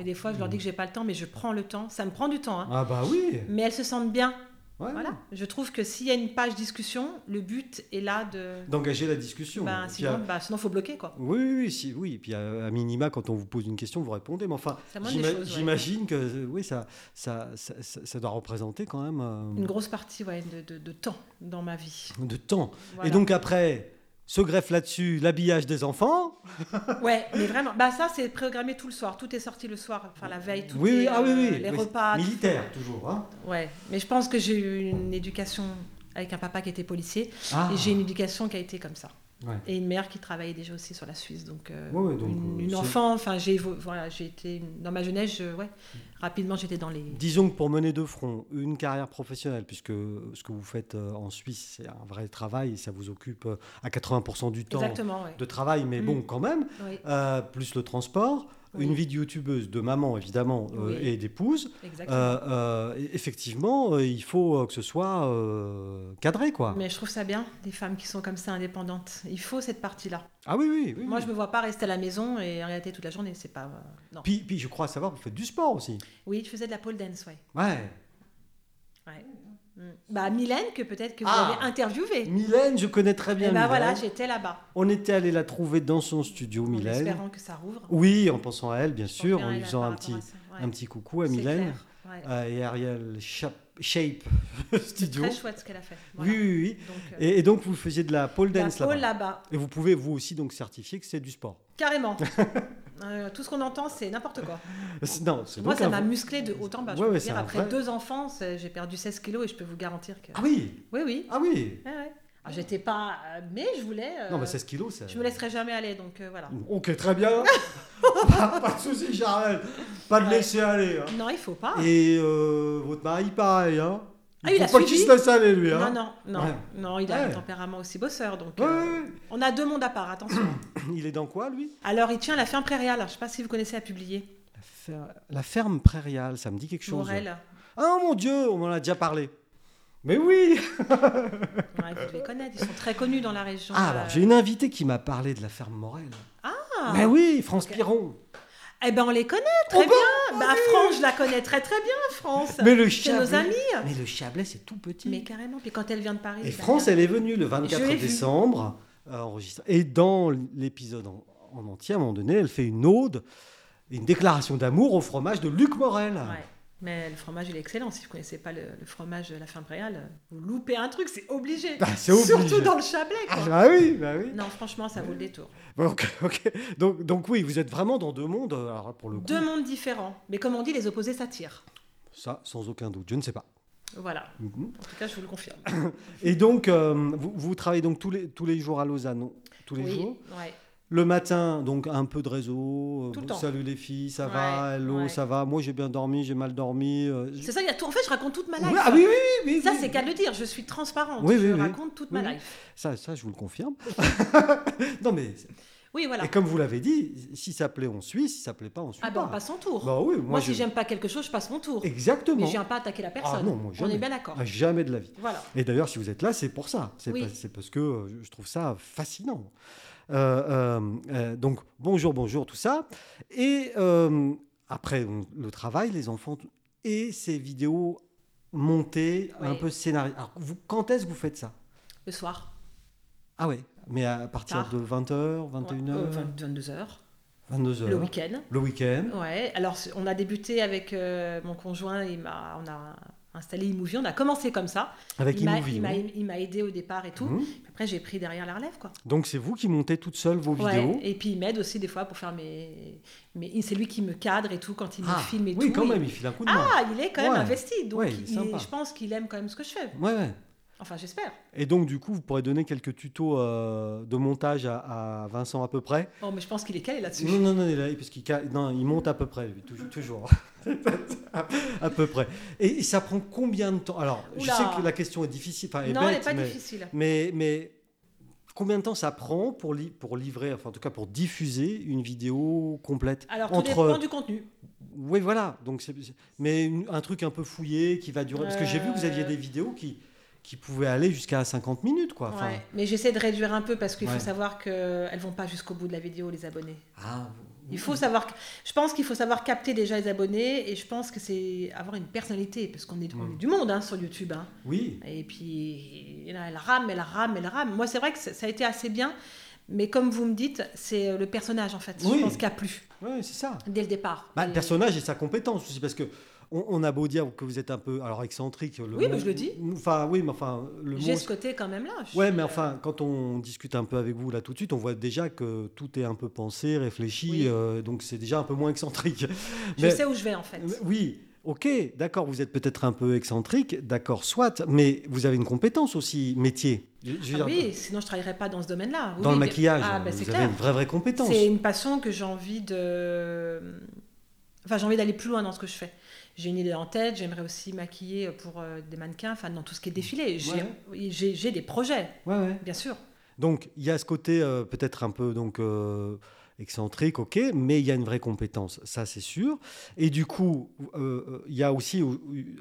B: Et des fois, je leur dis que j'ai pas le temps, mais je prends le temps. Ça me prend du temps, hein.
A: Ah bah oui.
B: mais elles se sentent bien.
A: Ouais.
B: Voilà. Je trouve que s'il y a une page discussion, le but est là de.
A: D'engager la discussion.
B: Ben,
A: Puis,
B: sinon,
A: euh,
B: bah, sinon, faut bloquer quoi.
A: Oui, oui, oui, si, oui. Puis à, à minima, quand on vous pose une question, vous répondez. Mais enfin,
B: C'est la moindre des
A: j'ima-
B: choses, ouais.
A: j'imagine que euh, oui, ça, ça, ça, ça- ça doit représenter quand même euh,
B: Une grosse partie, ouais, de, de- de temps dans ma vie.
A: de temps.
B: Voilà.
A: Et donc après, se greffe là-dessus l'habillage des enfants.
B: Ouais, mais vraiment. Bah ça, c'est programmé tout le soir. Tout est sorti le soir, enfin la veille. Tout
A: oui,
B: est,
A: oui, ah oui,
B: euh,
A: oui.
B: Les
A: oui,
B: repas. tout-
A: Militaire toujours. Hein.
B: Ouais. Mais je pense que j'ai eu une éducation avec un papa qui était policier
A: Ah.
B: et j'ai une éducation qui a été comme ça.
A: Ouais.
B: Et une mère qui travaillait déjà aussi sur la Suisse, donc. euh,
A: Ouais, ouais, donc,
B: une,
A: euh,
B: une
A: c'est-
B: enfant, enfin j'ai évo- voilà, j'ai été dans ma jeunesse, je- ouais,
A: Mm.
B: rapidement j'étais dans les
A: Disons que pour mener de front une carrière professionnelle, puisque ce que vous faites euh, en Suisse, c'est un vrai travail et ça vous occupe euh, à 80% du temps
B: Exactement, ouais.
A: de travail, mais
B: Mm.
A: bon, quand même,
B: oui,
A: euh, plus le transport,
B: Oui.
A: une vie de youtubeuse, de maman évidemment, euh,
B: Oui.
A: et d'épouse,
B: exactement.
A: euh, euh, e- effectivement, euh, il faut euh, que ce soit euh, cadré, quoi.
B: Mais je trouve ça bien, des femmes qui sont comme ça indépendantes. Il faut cette partie-là.
A: Ah oui, oui, oui.
B: Moi,
A: oui.
B: je me vois pas rester à la maison et regarder toute la journée. C'est pas. euh, non.
A: Puis, puis je crois savoir que vous faites du sport aussi.
B: Oui, je faisais de la pole dance, ouais.
A: Ouais.
B: Mm. Bah, Mylène, que peut-être que vous
A: Ah.
B: avez interviewée.
A: Mylène, je connais très
B: Et
A: bien
B: bah
A: Mylène.
B: voilà, j'étais là-bas.
A: On était allé la trouver dans son studio,
B: En
A: Mylène.
B: espérant que ça rouvre.
A: Oui, en pensant à elle, bien
B: Je pense
A: sûr,
B: bien,
A: en
B: elle,
A: lui faisant
B: par
A: un
B: rapport
A: petit,
B: à ça, ouais.
A: Un petit coucou à
B: C'est
A: Mylène
B: clair, ouais.
A: euh, et Ariel Chap- Shape Studio.
B: Très chouette ce qu'elle a fait. Voilà.
A: Oui, oui, oui.
B: Donc, euh,
A: Et, et donc, vous faisiez de la pole
B: la
A: dance
B: pole
A: là-bas.
B: là-bas.
A: Et vous pouvez, vous aussi, donc certifier que c'est du sport.
B: Carrément. Euh, tout ce qu'on entend, c'est n'importe quoi.
A: C'est- Non, c'est
B: Moi,
A: donc
B: ça
A: un-
B: m'a musclé de haut en bas. je
A: Ouais,
B: peux
A: ouais,
B: vous
A: c'est
B: dire.
A: un
B: Après
A: vrai-
B: deux enfants, c'est- j'ai perdu 16 kilos et je peux vous garantir que.
A: Ah oui
B: Oui, oui.
A: Ah oui
B: Ouais, ouais. Alors, J'étais pas. euh, Mais je voulais. euh,
A: Non, mais 16 kilos, c'est... Mm.
B: Je me laisserai jamais aller, donc euh, voilà.
A: Ok, très bien. pas, pas de soucis, Charles. Pas de
B: Ouais.
A: laisser aller. hein.
B: Non, il faut pas.
A: Et euh, votre mari, pareil. Hein.
B: Ah, il
A: faut
B: a
A: pas
B: suivi
A: qu'il se laisse aller, lui.
B: Non,
A: Hein.
B: non, non,
A: Ouais.
B: non, il a un
A: Ouais.
B: tempérament aussi bosseur, donc
A: Ouais,
B: euh,
A: ouais,
B: on a deux mondes à part, attention.
A: ouais. Il est dans quoi, lui
B: Alors, il tient la ferme prairiale, je sais pas si vous connaissez à publier,
A: la, fer- la ferme prairiale, ça me dit quelque chose.
B: Morel.
A: Ah mon Dieu, on en a déjà parlé. Mais oui
B: Ouais, vous devez connaître, ils sont très connus dans la région.
A: Ah,
B: euh.
A: alors j'ai une invitée qui m'a parlé de la ferme Morel.
B: Ah.
A: Mais oui, France
B: Ok.
A: Piron.
B: Eh ben, on les connaît
A: Oh,
B: très
A: bah,
B: bien. Bah, France, je la connais très très bien, France.
A: Mais le
B: C'est nos
A: Chablais.
B: amis.
A: Mais le Chablais, c'est tout petit.
B: Mais carrément. Puis quand elle vient de Paris.
A: Et
B: ça
A: France,
B: vient.
A: elle est venue le
B: Je
A: 24
B: l'ai vu.
A: décembre, euh, enregistrée. Et dans l'épisode en, en entier, à un moment donné, elle fait une ode, une déclaration d'amour au fromage de Luc Morel.
B: Ouais. Mais le fromage, il est excellent. Si vous connaissez pas le, le fromage de la ferme prairiale, vous loupez un truc, c'est obligé.
A: Bah, c'est obligé.
B: Surtout dans le Chablais. quoi.
A: Ah bah oui, bah oui.
B: Non, franchement, ça vaut le détour.
A: Bon, ok, ok. Donc, donc oui, vous êtes vraiment dans deux mondes, euh, alors pour le coup,
B: Deux mondes différents. Mais comme on dit, les opposés s'attirent.
A: ça sans aucun doute, je ne sais pas.
B: Voilà.
A: Mhm.
B: En tout cas, je vous le confirme.
A: Et donc, euh, vous, vous travaillez donc tous les, tous les jours à Lausanne, non tous les
B: oui.
A: jours
B: ouais.
A: Le matin, donc un peu de réseau. euh,
B: Tout le temps.
A: Salut les filles, ça va
B: Ouais,
A: Hello,
B: ouais.
A: ça va Moi j'ai bien dormi, j'ai mal dormi. euh, je-
B: C'est ça, il y a tout. En fait, je raconte toute ma life.
A: Ouais, ah oui, oui, oui, oui,
B: Ça,
A: oui.
B: c'est qu'à le dire. Je suis transparente.
A: Oui,
B: je
A: oui, oui.
B: raconte toute ma
A: Oui, oui.
B: life.
A: Ça, ça, je vous le confirme. non, mais
B: Oui, voilà.
A: et comme vous l'avez dit, si ça plaît, on suit. Si ça plaît pas, on suit
B: Ah ben,
A: pas.
B: on passe son tour.
A: Bah oui, moi,
B: moi, si
A: je-
B: j'aime pas quelque chose, je passe mon tour. Mais
A: Exactement.
B: je viens pas attaquer la personne.
A: Ah non, moi,
B: On
A: jamais.
B: est bien d'accord.
A: Ah, jamais de la vie.
B: Voilà.
A: Et d'ailleurs, si vous êtes là, c'est pour ça. C'est
B: Oui.
A: pas- c'est parce que euh, je trouve ça fascinant. Euh, euh, euh, donc, bonjour, bonjour, tout ça. Et euh, après, on- le travail, les enfants, tout- et ces vidéos montées, un
B: Oui.
A: peu scénarisées. Alors, vous, quand est-ce que vous faites ça
B: Le soir.
A: Ah ouais, mais à partir
B: Tard.
A: de 20h, 21h,
B: 22h.
A: 22h.
B: Le week-end.
A: Le week-end.
B: Ouais. Alors, c- on a débuté avec euh, mon conjoint. Il m'a, on a installé iMovie. On a commencé comme ça.
A: Avec hein.
B: il m'a,
A: iMovie,
B: il m'a-
A: oui.
B: il m'a aidé au départ et tout.
A: Mhm.
B: Après, j'ai pris derrière la relève, quoi.
A: Donc c'est vous qui montez toute seule vos
B: Ouais,
A: vidéos.
B: Et puis il m'aide aussi des fois pour faire mes. Mais c'est lui qui me cadre et tout quand il me filme et
A: Ah, oui,
B: tout.
A: quand
B: et-
A: même, il file un coup de main.
B: Ah, il est quand même
A: Ouais.
B: investi. Donc
A: Ouais, il est
B: il-
A: sympa.
B: je pense qu'il aime quand même ce que je fais.
A: Ouais, ouais.
B: Enfin, j'espère.
A: Et donc du coup, vous pourrez donner quelques tutos euh, de montage à, à Vincent à peu près.
B: Oh, mais je pense qu'il est calé là-dessus.
A: Non, non, non, il, est- parce qu'il ca- non, il monte à peu près, lui, toujours. toujours. à peu près. Et, et ça prend combien de temps Alors, je
B: Oula.
A: sais que la question est difficile. enfin, est
B: non, elle
A: bête,
B: n'est pas
A: mais-
B: difficile.
A: Mais, mais combien de temps ça prend pour, li- pour livrer, enfin en tout cas pour diffuser une vidéo complète
B: Alors, tout dépend
A: Entre.
B: du contenu.
A: Oui, voilà. Donc c'est- c'est- mais une- un truc un peu fouillé qui va durer. Parce que j'ai vu que vous aviez
B: Euh.
A: des vidéos qui, qui pouvaient aller jusqu'à 50 minutes, quoi. Enfin,
B: Ouais. Mais j'essaie de réduire un peu parce qu'il
A: Ouais.
B: faut savoir qu'elles vont pas jusqu'au bout de la vidéo, les abonnés.
A: ah,
B: Il faut savoir. que- Je pense qu'il faut savoir capter déjà les abonnés et je pense que c'est avoir une personnalité parce qu'on est, on
A: Mm.
B: est du monde hein, sur YouTube. hein.
A: Oui.
B: Et puis, là, elle rame, elle rame, elle rame. Moi, c'est vrai que ça ça a été assez bien, mais comme vous me dites, c'est euh, le personnage, en fait.
A: Oui.
B: Je pense qu'il a plu
A: Ouais, c'est ça.
B: dès le départ.
A: Bah, le
B: Et-
A: personnage et sa compétence aussi, parce que on, on a beau dire que vous êtes un peu alors excentrique. Le
B: Oui,
A: mot-
B: mais je le dis.
A: Enfin, oui, mais enfin le
B: J'ai
A: mot-
B: ce côté quand même là. Je
A: Ouais,
B: suis,
A: mais
B: euh,
A: enfin, quand on discute un peu avec vous là tout de suite, on voit déjà que tout est un peu pensé, réfléchi,
B: Oui.
A: euh, donc c'est déjà un peu moins excentrique.
B: Je
A: Mais-
B: sais où je vais, en fait.
A: mais oui, ok, d'accord, vous êtes peut-être un peu excentrique, d'accord, soit, mais vous avez une compétence aussi, métier. Je- je veux dire,
B: Ah oui, sinon je travaillerais pas dans ce domaine-là. Oui,
A: dans le
B: oui.
A: maquillage,
B: Ah,
A: euh,
B: bah, c'est
A: vous
B: clair.
A: avez une vraie, vraie compétence.
B: C'est une passion que j'ai envie de. Enfin, j'ai envie d'aller plus loin dans ce que je fais. J'ai une idée en tête, j'aimerais aussi maquiller pour euh, des mannequins, enfin, dans tout ce qui est défilé. J'ai
A: Ouais.
B: oui, j'ai- j'ai des projets,
A: Ouais, ouais.
B: bien sûr.
A: Donc, il y a ce côté euh, peut-être un peu donc euh, excentrique, ok, mais il y a une vraie compétence, ça c'est sûr. Et du coup, euh, il y a aussi euh,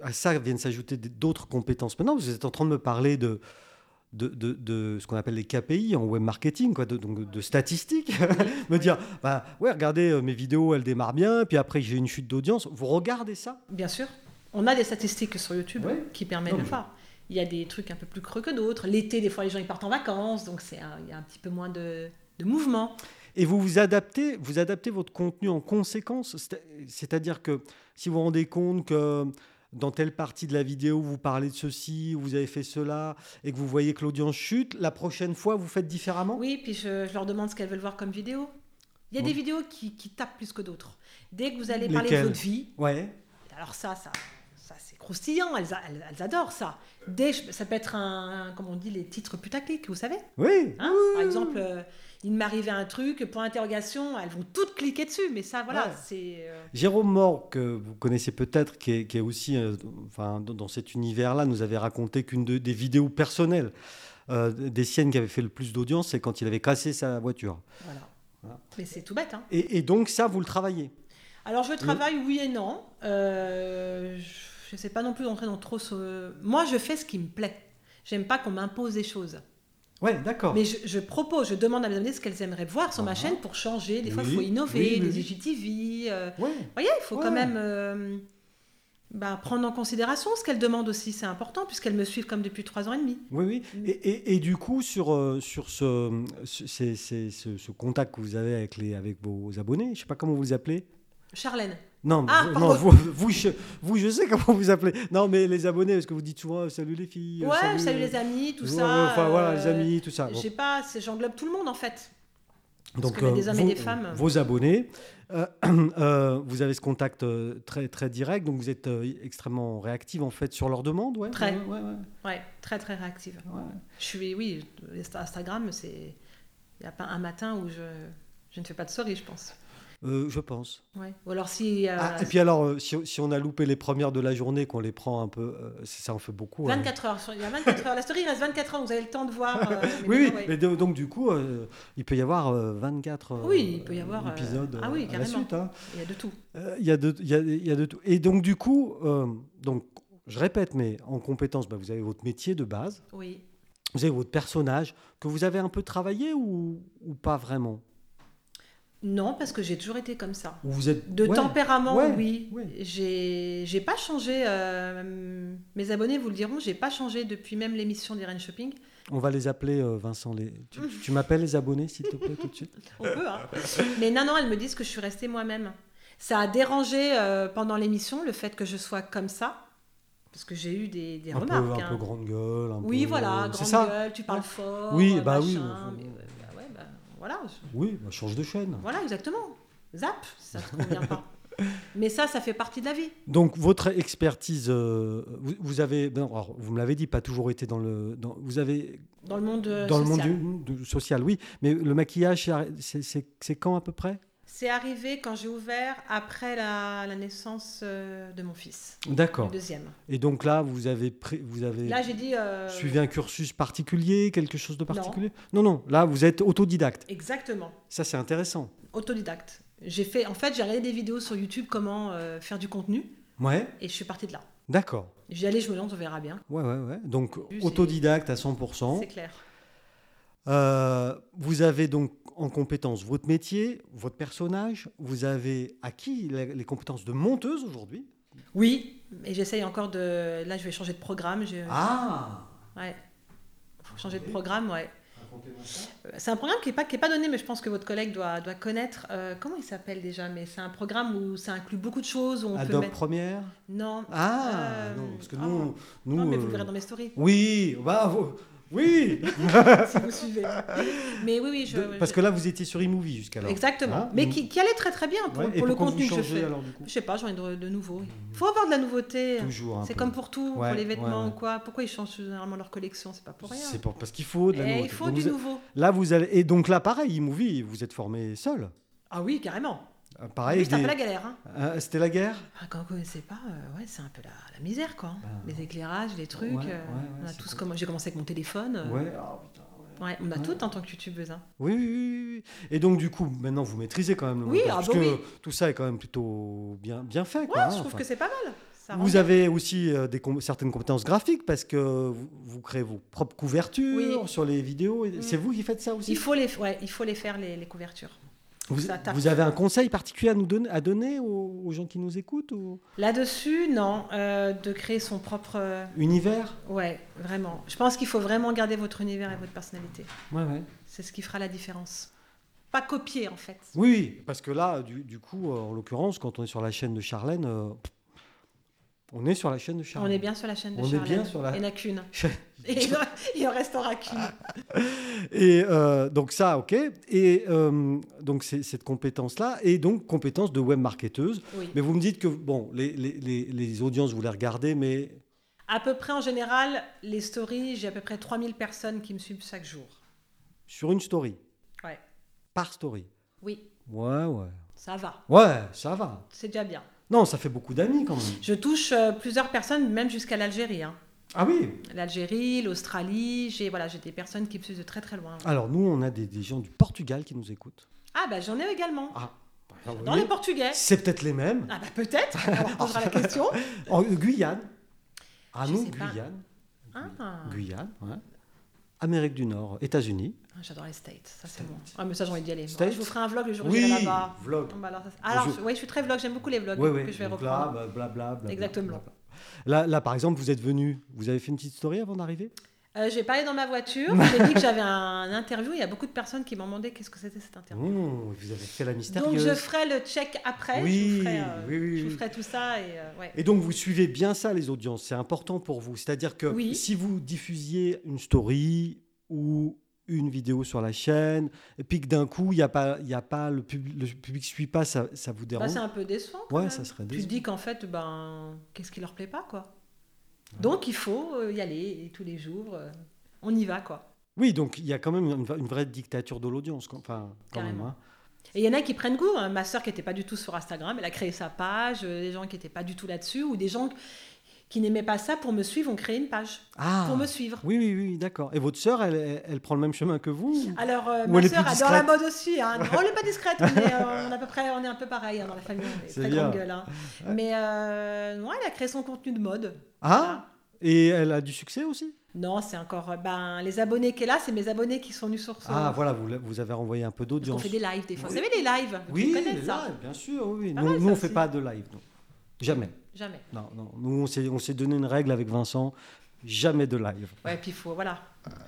A: à ça viennent s'ajouter d- d'autres compétences. Maintenant, vous êtes en train de me parler de de, de- de ce qu'on appelle les KPI en web marketing, quoi, de, donc de statistiques, me dire, bah ouais, regardez euh, mes vidéos, elles démarrent bien, puis après j'ai une chute d'audience. Vous regardez ça
B: Bien sûr. On a des statistiques sur YouTube
A: Ouais.
B: qui permettent
A: Non,
B: de
A: mais-
B: voir. Il y a des trucs un peu plus creux que d'autres. L'été, des fois, les gens ils partent en vacances, donc c'est un- il y a un petit peu moins de, de mouvement.
A: Et vous vous adaptez, vous adaptez votre contenu en conséquence. C'est- C'est-à-dire que si vous vous rendez compte que dans telle partie de la vidéo, vous parlez de ceci, vous avez fait cela, et que vous voyez que l'audience chute, la prochaine fois, vous faites différemment
B: Oui, puis je, je leur demande ce qu'elles veulent voir comme vidéo. Il y a
A: Oui.
B: des vidéos qui, qui tapent plus que d'autres. Dès que vous allez parler
A: Lesquelles
B: de votre vie,
A: Ouais.
B: alors ça, ça, ça c'est croustillant, elles, a- elles- elles adorent ça. Dès, ça peut être un, comme on dit, les titres putaclic, vous savez
A: Oui.
B: Hein, Par exemple, euh, il m'arrivait un truc, point interrogation, elles vont toutes cliquer dessus, mais ça, voilà,
A: Ouais.
B: c'est. euh,
A: Jérôme Mort, que vous connaissez peut-être, qui est, qui est aussi euh, enfin, dans dans cet univers-là, nous avait raconté qu'une de- des vidéos personnelles euh, des siennes qui avait fait le plus d'audience, c'est quand il avait cassé sa voiture.
B: voilà.
A: Voilà.
B: Mais c'est tout bête. Hein.
A: Et, et donc ça, vous le travaillez.
B: Alors, je travaille oui et non. Euh, je ne sais pas non plus d'entrer dans trop. ce- Moi, je fais ce qui me plaît. J'aime pas qu'on m'impose des choses.
A: Ouais, d'accord.
B: Mais je, je propose, je demande à mes abonnés ce qu'elles aimeraient voir sur ma
A: Oh. Voilà.
B: chaîne pour changer. Des fois, il
A: Oui,
B: faut innover,
A: oui, oui,
B: des
A: oui.
B: IGTV. euh,
A: Ouais.
B: Vous voyez, il faut
A: Ouais.
B: quand même euh, bah, prendre en considération ce qu'elles demandent aussi. C'est important puisqu'elles me suivent comme depuis trois ans et demi.
A: Oui, oui.
B: Mm.
A: Et, et- et du coup, sur, euh, sur ce, ce, ces- ces- ce- ce contact que vous avez avec, les, avec vos abonnés, je ne sais pas comment vous les appelez.
B: Charlène.
A: Non, mais
B: Ah,
A: vous, non,
B: pardon.
A: vous, vous, je, vous, je sais comment vous appelez. Non, mais les abonnés, parce que vous dites souvent euh, salut les filles. euh,
B: Ouais, salut,
A: euh,
B: les amis, tout
A: ouais,
B: ça.
A: ouais, Enfin voilà, les
B: euh,
A: amis, tout ça. Bon.
B: J'ai pas, c'est- j'englobe tout le monde en fait.
A: Donc, euh,
B: qu'il y a des hommes et
A: vos,
B: des femmes.
A: Vos abonnés, euh, euh, vous avez ce contact euh, très, très direct, donc vous êtes euh, extrêmement réactive en fait sur leurs demandes, ouais.
B: Très.
A: ouais, ouais, ouais,
B: Ouais, très très réactive.
A: ouais.
B: Je suis, oui, Insta- Instagram, c'est. Il n'y a pas un matin où je, je ne fais pas de story, je pense.
A: Euh, je pense.
B: Ouais. Ou alors si. euh,
A: Ah, et puis alors, euh, si, si on a loupé les premières de la journée, qu'on les prend un peu, euh, c'est- ça en fait beaucoup. hein.
B: 24 heures. sur- Il y a 24 heures. La story il reste 24 heures. Vous avez le temps de voir. euh, mais
A: Oui, oui,
B: maintenant, ouais.
A: mais do- donc du coup, euh, il peut y avoir euh, 24 euh,
B: Oui, il peut y avoir, euh,
A: épisodes
B: ah
A: euh,
B: oui,
A: à la
B: carrément.
A: suite. hein.
B: Il y a de tout.
A: Euh, Il y, a de- il y a- il y a de tout. Et donc du coup, euh, donc, je répète, mais en compétence, bah, vous avez votre métier de base,
B: Oui.
A: vous avez votre personnage, que vous avez un peu travaillé ou, ou pas vraiment
B: Non, parce que j'ai toujours été comme ça.
A: Ou vous êtes
B: De
A: ouais.
B: tempérament,
A: ouais,
B: oui.
A: ouais.
B: J'ai j'ai pas changé. euh, mes abonnés vous le diront, j'ai pas changé depuis même l'émission d'Irene Shopping.
A: On va les appeler, euh, Vincent. Les... Tu, tu- tu m'appelles les abonnés, s'il te plaît, tout de suite
B: On peut, hein. Mais non, non, elles me disent que je suis restée moi-même. Ça a dérangé euh, pendant l'émission le fait que je sois comme ça, parce que j'ai eu des, des
A: un peu,
B: remarques.
A: un
B: hein.
A: peu grande gueule. un
B: Oui,
A: peu- euh,
B: voilà,
A: c'est
B: grande
A: ça.
B: gueule, tu parles fort.
A: Oui,
B: euh,
A: bah oui,
B: machin,
A: mais-
B: mais, euh, bah ouais, bah, voilà, je-
A: Oui, bah, change de chaîne.
B: voilà, exactement. Zap, ça te convient pas. Mais ça, ça fait partie de la vie.
A: Donc votre expertise, euh, vous, vous avez, ben, alors, vous me l'avez dit, pas toujours été dans le, dans- vous avez
B: Dans le monde euh,
A: dans le monde
B: social.
A: du- du social, oui, mais le maquillage, c'est arri- c'est- c'est c'est quand à peu près
B: C'est arrivé quand j'ai ouvert après la, la naissance euh, de mon fils, le
A: D'accord.
B: deuxième.
A: Et donc là, vous avez, pré- vous avez
B: Là, j'ai dit. euh,
A: suivi un cursus particulier, quelque chose de particulier Non, non. Là, vous êtes autodidacte.
B: Exactement.
A: Ça, c'est intéressant.
B: Autodidacte. J'ai fait, en fait, j'ai regardé des vidéos sur YouTube comment euh, faire du contenu
A: Ouais.
B: et je suis partie de là.
A: D'accord.
B: J'y allais, je me lance, on verra bien.
A: Ouais, ouais, ouais. Donc
B: c'est-
A: autodidacte à 100%.
B: euh, C'est clair.
A: Euh, vous avez donc en compétence votre métier, votre personnage, vous avez acquis la- les compétences de monteuse aujourd'hui.
B: Oui, et j'essaye encore de. Là, je vais changer de programme. Je...
A: Ah
B: Ouais. Faut changer de programme, ouais. Euh, C'est un programme qui n'est pas, qui est pas donné, mais je pense que votre collègue doit, doit connaître. Euh, comment il s'appelle déjà Mais c'est un programme où ça inclut beaucoup de choses. Où on peut
A: Adobe
B: mettre...
A: Premiere
B: Non.
A: Ah
B: Euh,
A: Non, parce que
B: ah,
A: nous. nous
B: non, mais vous
A: euh,
B: le verrez dans mes stories.
A: Oui, bah, vous- oui
B: si vous suivez. Mais oui, oui, je.
A: De- Parce que là, vous étiez sur eMovie jusqu'alors.
B: Exactement.
A: Hein
B: mais
A: Donc-
B: qui, qui allait très très bien pour,
A: Ouais, et
B: pour le
A: pourquoi vous
B: contenu que je
A: changez,
B: fais.
A: alors, du coup
B: Je sais pas, j'en ai de, de nouveau. Il faut avoir de la nouveauté.
A: Toujours un
B: C'est
A: peu.
B: comme pour
A: Ouais,
B: tout, pour les
A: ouais,
B: vêtements
A: ouais.
B: ou quoi. Pourquoi ils changent généralement leur collection C'est pas pour rien.
A: C'est pour- parce qu'il faut de la
B: Eh,
A: nouveauté.
B: il faut
A: Donc
B: du
A: vous-
B: nouveau.
A: Là, vous allez. Et donc là, pareil, eMovie, vous êtes formé seul.
B: Ah oui, carrément.
A: Euh,
B: Ah,
A: Pareil.
B: oui, c'est un
A: des-
B: peu la galère. hein.
A: Euh, C'était la guerre
B: Ah, Quand on connaissait pas, euh, ouais, c'est un peu la, la misère quoi. hein.
A: Bah,
B: les éclairages, les trucs.
A: ouais, ouais,
B: euh,
A: ouais,
B: on a
A: c'est
B: tous
A: pas-
B: comm- J'ai commencé avec mon téléphone. euh,
A: Ouais. ah, putain, ouais.
B: ouais, on a
A: Ouais.
B: tout en tant que youtubeuse. hein.
A: Oui, oui, oui, oui. Et donc, du coup, maintenant, vous maîtrisez quand même le
B: Oui,
A: montage,
B: ah
A: parce
B: bah
A: que
B: oui.
A: tout ça est quand même plutôt bien, bien fait.
B: Ouais,
A: quoi, hein,
B: je trouve
A: enfin.
B: que c'est pas mal. Ça rend
A: vous avez aussi euh, des com- certaines compétences graphiques parce que vous, vous créez vos propres couvertures
B: Oui.
A: sur les vidéos. et
B: Mm.
A: C'est vous qui faites ça aussi
B: Il faut les, ouais, il faut les faire les, les couvertures.
A: vous,
B: ça tape.
A: vous avez un conseil particulier à nous donner, à donner aux, aux gens qui nous écoutent ou...
B: Là-dessus, non, euh, de créer son propre. euh,
A: Univers
B: Ouais, vraiment. Je pense qu'il faut vraiment garder votre univers et votre personnalité.
A: Ouais, ouais.
B: C'est ce qui fera la différence. pas copier en fait.
A: Oui, parce que là, du, du coup, euh, en l'occurrence, quand on est sur la chaîne de Charlène, euh, on est sur la chaîne de Charlène.
B: On est bien sur la chaîne de
A: On est
B: Charlène.
A: bien sur la-
B: Il n'y en a qu'une. Et il en- il en restera qu'une.
A: Ah. Et euh, donc ça, ok. Et euh, donc c'est cette compétence-là, et donc compétence de web marketeuse.
B: Oui.
A: Mais vous me dites que bon, les, les- les- les audiences vous les regardez, mais
B: À peu près en général, les stories, j'ai à peu près 3000 personnes qui me suivent chaque jour.
A: sur une story,
B: Ouais.
A: par story.
B: Oui,
A: Ouais, ouais.
B: ça va.
A: Ouais, ça va.
B: C'est déjà bien.
A: Non, ça fait beaucoup d'amis quand même.
B: Je touche euh, plusieurs personnes, même jusqu'à l'Algérie. hein.
A: Ah oui.
B: L'Algérie, l'Australie, j'ai voilà, j'ai des personnes qui me suivent de très très loin.
A: Alors nous, on a des, des gens du Portugal qui nous écoutent.
B: Ah bah j'en ai également.
A: Ah. Alors, vous
B: Dans
A: voyez,
B: les Portugais.
A: C'est peut-être les mêmes.
B: Ah bah peut-être, on leur posera la question.
A: En Guyane. Ah
B: Je
A: non,
B: sais pas.
A: Guyane.
B: Ah,
A: Guyane, ouais. Amérique du Nord, États-Unis.
B: J'adore les States, ça c'est
A: States.
B: bon. Ah mais ça j'ai envie d'y aller.
A: States.
B: je vous ferai un vlog le jour où j'irai là-bas.
A: vlog.
B: Ah, bah, alors, ça- alors,
A: Je-
B: je- ouais, je suis très vlog, j'aime beaucoup les vlogs
A: Oui, oui.
B: Ah, que je vais
A: donc
B: reprendre.
A: Là, bah, blablabla, blablabla,
B: Exactement.
A: blablabla. Là, là, par exemple, vous êtes venu, vous avez fait une petite story avant d'arriver
B: Euh, j'ai parlé dans ma voiture, j'ai dit que j'avais un interview, il y a beaucoup de personnes qui m'ont demandé qu'est-ce que c'était cette interview.
A: Oh, Vous avez fait la
B: Donc
A: mystérieuse.
B: je ferai le check après,
A: Oui,
B: je, vous ferai, euh,
A: oui, oui,
B: je vous
A: oui.
B: ferai tout ça et euh, ouais.
A: Et donc, vous suivez bien ça, les audiences. C'est important pour vous. C'est-à-dire que
B: Oui.
A: si vous diffusiez une story ou une vidéo sur la chaîne, et puis que d'un coup, il n'y a pas, il y a pas le, pub- le public suit pas, ça, ça vous
B: Bah,
A: dérange
B: c'est un peu décevant. quand
A: Ouais,
B: même.
A: ça serait
B: Tu te
A: décevant.
B: dis qu'en fait, ben, qu'est-ce qui leur plaît pas, quoi. Donc il faut euh, y aller et tous les jours, euh, on y va, quoi.
A: Oui, donc il y a quand même une, une vraie dictature de l'audience. quand- Enfin, quand même.
B: Carrément.
A: hein.
B: Et il y en a qui prennent goût. hein. Ma sœur qui n'était pas du tout sur Instagram, elle a créé sa page. euh, Des gens qui n'étaient pas du tout là-dessus ou des gens qui n'aimaient pas ça pour me suivre ont créé une page
A: Ah
B: pour me suivre.
A: Oui, oui, oui, d'accord. Et votre sœur, elle, elle, elle prend le même chemin que vous ou-
B: Alors euh,
A: Ou
B: ma
A: elle est
B: sœur
A: plus
B: adore la mode aussi. hein. On n'est pas discrète, on est, euh, on est à peu près, on est un peu pareil hein, dans la famille. On est
A: C'est
B: très
A: bien.
B: grande gueule. hein. Mais euh, ouais, elle a créé son contenu de mode.
A: Ah Et elle a du succès aussi
B: Non, c'est encore ben les abonnés qu'elle a, c'est mes abonnés qui sont venus sur son.
A: Ah, voilà, vous, l'a- vous avez renvoyé un peu
B: Parce qu'on
A: d'audience.
B: fait des lives des fois.
A: Oui.
B: Vous savez les lives Vous
A: Oui,
B: connaissez
A: les
B: ça
A: lives, bien sûr. oui, oui.
B: Pas
A: Nous,
B: mal,
A: nous,
B: ça
A: on ne fait
B: aussi.
A: pas de live. non. Jamais.
B: Jamais.
A: Non, non. Nous, on s'est, on s'est donné une règle avec Vincent. Jamais de live.
B: Ouais, puis faut voilà,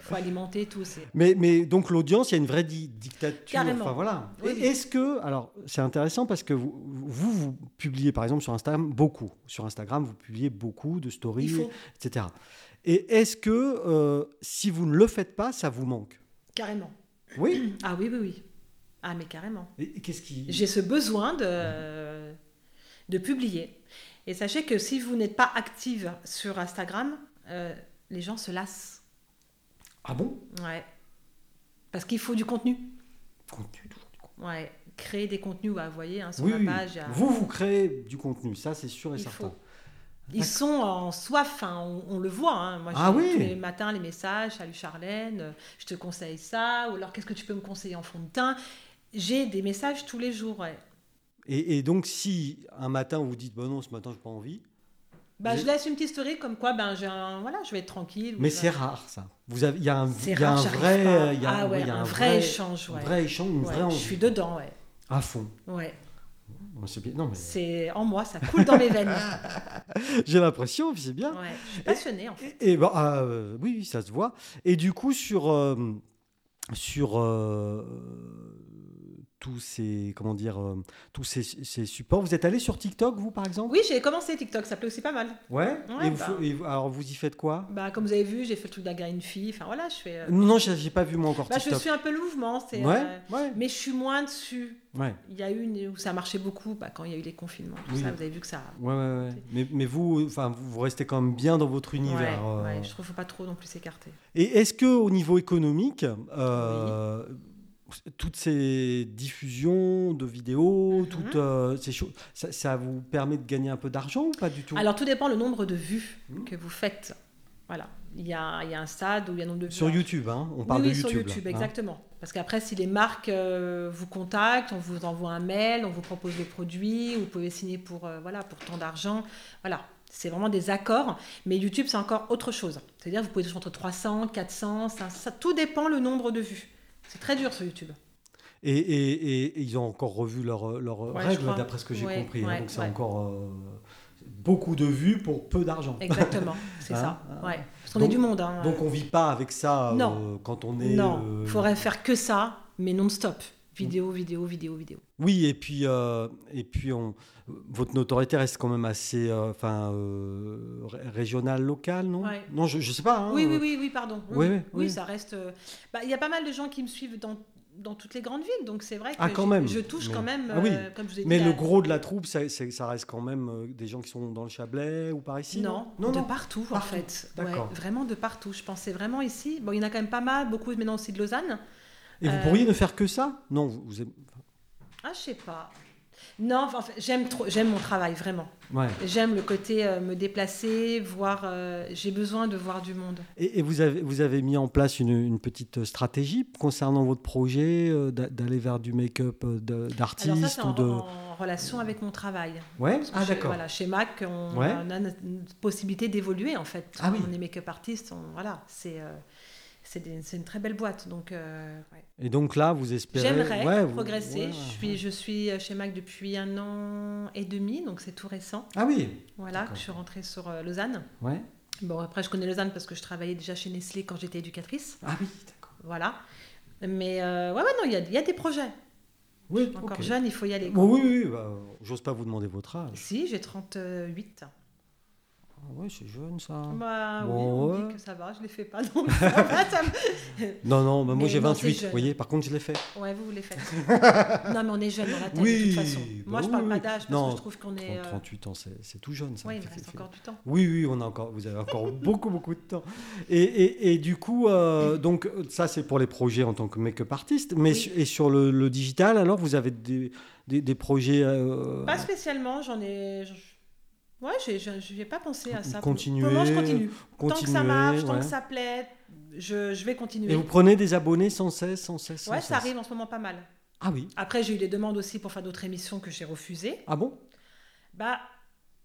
B: faut alimenter tout. c'est-
A: Mais, mais donc l'audience, il y a une vraie di- dictature.
B: Carrément.
A: Enfin, voilà.
B: Oui,
A: Et
B: oui.
A: Est-ce que, alors c'est intéressant parce que vous, vous, vous publiez par exemple sur Instagram beaucoup. Sur Instagram, vous publiez beaucoup de stories,
B: Il faut
A: etc. Et est-ce que euh, si vous ne le faites pas, ça vous manque
B: carrément.
A: Oui.
B: Ah oui, oui, oui. Ah, mais carrément.
A: Et, et qu'est-ce qui
B: J'ai ce besoin de, de publier. Et sachez que si vous n'êtes pas active sur Instagram, euh, les gens se lassent.
A: Ah bon
B: Ouais. Parce qu'il faut du contenu.
A: Contenu, toujours du contenu.
B: Ouais. Créer des contenus, ouais, vous voyez, hein, sur
A: Oui,
B: ma
A: oui.
B: page. il y a-
A: Vous, vous créez du contenu, ça c'est sûr et
B: Il
A: certain.
B: faut. Ils sont en soif, hein, on, on le voit. hein. Moi,
A: Ah
B: j'ai
A: oui.
B: tous les matins les messages, salut Charlène, euh, je te conseille ça, ou alors qu'est-ce que tu peux me conseiller en fond de teint J'ai des messages tous les jours. ouais.
A: Et, et donc si un matin vous dites, bon non, ce matin, je n'ai pas envie,
B: Bah,
A: Vous
B: je
A: avez-
B: laisse une petite story comme quoi ben, j'ai un- voilà, je vais être tranquille. ou
A: mais
B: je-
A: c'est rare ça. Vous avez, il y a un, il
B: C'est
A: y a
B: rare,
A: un
B: j'arrive
A: vrai,
B: pas.
A: euh, il y a,
B: Ah ouais,
A: il y a
B: un vrai échange, ouais.
A: un vrai échange, une
B: Ouais,
A: vraie
B: je
A: envie.
B: suis dedans, ouais.
A: À fond.
B: ouais.
A: Bon, c'est bien. Non, mais
B: C'est en moi, ça coule dans mes veines.
A: j'ai l'impression, puis c'est bien.
B: Ouais, je suis passionnée en fait.
A: Et, et ben, ah, euh, oui, oui, ça se voit. Et du coup, sur, euh, sur euh, tous ces, comment dire, euh, tous ces, ces supports, vous êtes allé sur TikTok, vous, par exemple
B: Oui, j'ai commencé TikTok, ça plaît aussi pas mal.
A: Ouais.
B: Ouais,
A: et vous
B: bah.
A: fa- et vous- alors, vous y faites quoi
B: Bah, comme vous avez vu, j'ai fait le truc de la green fille. Enfin voilà, je fais. euh,
A: Non, non, j'ai j'ai pas vu moi encore
B: Bah, je
A: TikTok.
B: suis un peu le mouvement, c'est.
A: ouais,
B: euh,
A: ouais,
B: Mais je suis moins dessus.
A: ouais,
B: Il y a eu une où ça marchait beaucoup, bah, quand il y a eu les confinements, tout
A: Oui.
B: ça, vous avez vu que ça.
A: ouais, ouais, ouais. Mais, mais vous, enfin, vous vous restez quand même bien dans votre univers.
B: Ouais,
A: euh.
B: ouais, je trouve faut pas trop non plus s'écarter.
A: Et est-ce que au niveau économique, euh, toutes ces diffusions de vidéos,
B: Mhm.
A: toutes euh, ces choses, ça, ça vous permet de gagner un peu d'argent ou pas du tout
B: Alors tout dépend le nombre de vues
A: Mhm.
B: que vous faites. Voilà, il y a, il y a un stade où il y a un nombre de vues.
A: Sur
B: Alors,
A: YouTube, hein, on
B: euh, oui,
A: parle
B: oui,
A: de YouTube.
B: sur
A: là,
B: YouTube,
A: hein.
B: exactement. Parce qu'après, si les marques euh, vous contactent, on vous envoie un mail, on vous propose des produits, vous pouvez signer pour euh, voilà pour tant d'argent. Voilà, c'est vraiment des accords. Mais YouTube, c'est encore autre chose. C'est-à-dire, vous pouvez toucher entre 300, 400, 500, tout dépend le nombre de vues. C'est très dur sur YouTube.
A: Et, et- et- et ils ont encore revu leurs leur
B: Ouais, je
A: règles,
B: crois.
A: d'après ce que j'ai
B: Ouais,
A: compris. hein.
B: ouais,
A: donc c'est
B: ouais.
A: encore euh, beaucoup de vues pour peu d'argent.
B: Exactement, c'est
A: Hein,
B: ça.
A: hein.
B: Ouais. Parce qu'on
A: Donc-
B: est du monde. Hein.
A: Donc on vit pas avec ça
B: Non.
A: euh, quand on est.
B: non,
A: euh,
B: faudrait faire que ça, mais non-stop. Vidéo, vidéo, vidéo, vidéo.
A: Oui, et puis, euh, et puis on, votre notoriété reste quand même assez euh, enfin, euh, ré- régionale, locale, non
B: Ouais.
A: Non, je ne sais pas. hein.
B: Oui, oui, oui, oui, pardon.
A: Oui, oui, oui.
B: ça reste. euh, bah, Il y a pas mal de gens qui me suivent dans, dans toutes les grandes villes, donc c'est vrai que
A: Ah, quand
B: je,
A: même.
B: je touche
A: Mais-
B: quand même,
A: Ah oui.
B: euh, comme je vous ai dit,
A: Mais
B: la-
A: le gros de la troupe, ça, c'est- ça reste quand même euh, des gens qui sont dans le Chablais ou par ici
B: non,
A: non,
B: de
A: non.
B: partout, en
A: Partout.
B: fait. Ouais,
A: D'accord.
B: vraiment de partout. Je pensais vraiment ici. Bon, il y en a quand même pas mal, beaucoup maintenant aussi de Lausanne.
A: Et vous
B: Euh,
A: pourriez ne faire que ça Non, vous, vous aimez-
B: Ah, je sais pas. Non, enfin, en fait, j'aime trop, j'aime mon travail vraiment.
A: ouais.
B: J'aime le côté euh, me déplacer, voir. euh, J'ai besoin de voir du monde.
A: Et, et vous, avez, vous avez mis en place une, une petite stratégie concernant votre projet euh, d'a- d'aller vers du make-up euh, de-
B: Alors ça, c'est
A: d'artiste ou
B: en,
A: de...
B: en relation avec mon travail.
A: Ouais
B: Parce que
A: Ah
B: chez-
A: d'accord.
B: Voilà, chez Mac, on,
A: Ouais.
B: on a notre notre possibilité d'évoluer en fait.
A: Ah oui.
B: On est make-up artiste, on- voilà, c'est euh, c'est des- c'est une très belle boîte. Donc euh, ouais.
A: Et donc là, vous espérez...
B: j'aimerais
A: Ouais, vous-
B: progresser.
A: ouais, ouais.
B: je suis je suis euh, chez Mac depuis un an et demi, donc c'est tout récent.
A: Ah oui
B: Voilà,
A: D'accord.
B: je suis rentrée sur euh, Lausanne.
A: ouais.
B: Bon après je connais Lausanne parce que je travaillais déjà chez Nestlé quand j'étais éducatrice.
A: Ah oui, d'accord.
B: Voilà. Mais euh, ouais, ouais, non, il y a, il y a des projets.
A: Oui,
B: Encore
A: ok.
B: jeune, il faut y aller.
A: Bon, oui, oui, oui, bah, j'ose pas vous demander votre âge.
B: Si, j'ai 38.
A: Ah ouais, c'est jeune ça.
B: Bah
A: Bon,
B: oui, on
A: ouais.
B: dit que ça va, je les fais pas donc ça va, ça me-
A: Non, non, bah, moi
B: Mais
A: j'ai
B: non, c'est
A: 28, vous
B: jeune.
A: voyez, par contre je l'ai fait.
B: Ouais, vous vous les faites. non mais on est jeune dans la tête
A: Oui,
B: de toute façon. Moi
A: bah
B: je parle
A: oui,
B: pas
A: oui.
B: d'âge parce
A: Non,
B: que je trouve qu'on
A: 30,
B: est. euh,
A: 38 ans, c'est c'est tout jeune ça.
B: Ouais, il me
A: Fait-
B: reste
A: fait-
B: encore du temps.
A: Oui, oui, on a encore, vous avez encore beaucoup, beaucoup de temps. Et, et- et du coup, euh, donc ça c'est pour les projets en tant que make-up artiste, mais
B: Oui.
A: su- et sur le, le digital, alors vous avez des, des- des projets euh,
B: Pas spécialement, j'en ai. j'en- Ouais, j'ai- j'ai- je vais pas pensé à ça.
A: Continuer,
B: Pour le moment, je continue. tant que
A: continués,
B: ça marche, tant
A: ouais.
B: que ça plaît, je, je vais continuer.
A: Et vous prenez des abonnés sans cesse, sans cesse, sans
B: Ouais,
A: cesse.
B: ça arrive en ce moment pas mal.
A: Ah oui.
B: Après, j'ai eu des demandes aussi pour faire d'autres émissions que j'ai refusées.
A: Ah bon
B: Bah,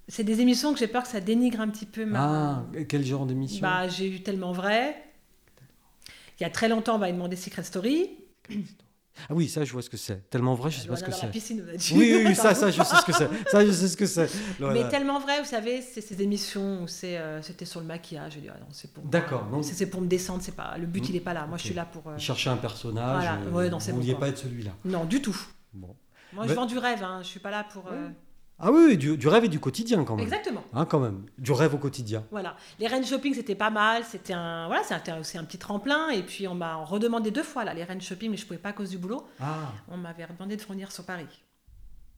B: c'est des émissions que j'ai peur que ça dénigre un petit peu ma,
A: Ah, quel genre d'émission
B: Bah, j'ai eu tellement vrai. Il y a très longtemps, on m'a demandé Secret Story.
A: Ah oui, ça je vois ce que c'est. Tellement vrai, je sais pas ce
B: Loana
A: que
B: dans la
A: c'est.
B: piscine, on a dit.
A: Oui, oui, oui, ça, ça, je sais ce que c'est. Ça, je sais ce que c'est. Voilà.
B: Mais tellement vrai, vous savez, c'est ces émissions où c'est, euh, c'était sur le maquillage. J'ai dit, ah non, c'est pour.
A: D'accord, non.
B: C'est, c'est pour me descendre, c'est pas. Le but,
A: Mm.
B: il est pas là. Moi,
A: Ok.
B: je suis là pour. euh,
A: Il cherchait un personnage.
B: Voilà,
A: euh,
B: ouais, non, c'est
A: vous
B: bon,
A: vouliez
B: quoi.
A: pas être celui-là.
B: Non, du tout.
A: Bon.
B: Moi,
A: Mais-
B: je vends du rêve. Hein. Je suis pas là pour. euh,
A: Ah oui, du, du rêve et du quotidien quand même.
B: Exactement.
A: Hein, quand même. Du rêve au quotidien.
B: Voilà. Les Rennes Shopping, c'était pas mal. C'était un, voilà, c'était aussi un petit tremplin. Et puis, on m'a redemandé deux fois là les Rennes Shopping, mais je pouvais pas à cause du boulot.
A: Ah.
B: On m'avait redemandé de fournir sur Paris.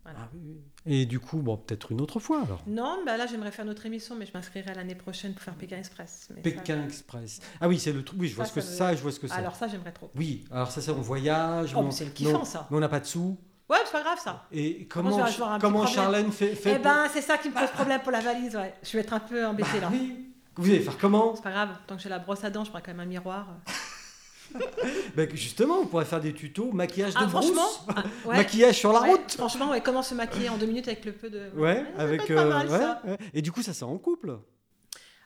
B: Voilà.
A: Ah oui, oui. Et du coup, bon, peut-être une autre fois alors.
B: Non, bah là j'aimerais faire notre émission, mais je m'inscrirai l'année prochaine pour faire Pékin Express. mais ça-
A: Pékin Express. Ah oui, c'est le truc. Oui, je vois
B: Ça,
A: ce que
B: ça me-
A: ça, je vois ce que c'est.
B: Alors ça j'aimerais trop.
A: Oui, alors ça, c'est on voyage.
B: Oh,
A: mais on-
B: mais c'est le
A: mais on-
B: kiffant, ça.
A: Mais on n'a pas de sous.
B: Ouais, c'est pas grave ça.
A: Et
B: je
A: comment,
B: vais avoir un petit
A: comment
B: problème.
A: Charlène fait. fait
B: eh ben c'est ça qui me pose problème pour la valise, ouais. Je vais être un peu
A: Bah
B: embêtée là.
A: oui. Vous allez faire comment
B: C'est pas grave, tant que j'ai la brosse à dents, je prends quand même un miroir.
A: Ben, Justement, on pourrait faire des tutos maquillage
B: Ah
A: de brousse.
B: franchement, ah, ouais,
A: Maquillage sur la
B: ouais,
A: route.
B: Franchement, ouais, comment se maquiller en deux minutes avec le peu de.
A: Ouais,
B: ça peut
A: avec.
B: être pas
A: euh,
B: mal,
A: ouais,
B: ça.
A: ouais. Et du coup, ça, c'est en couple.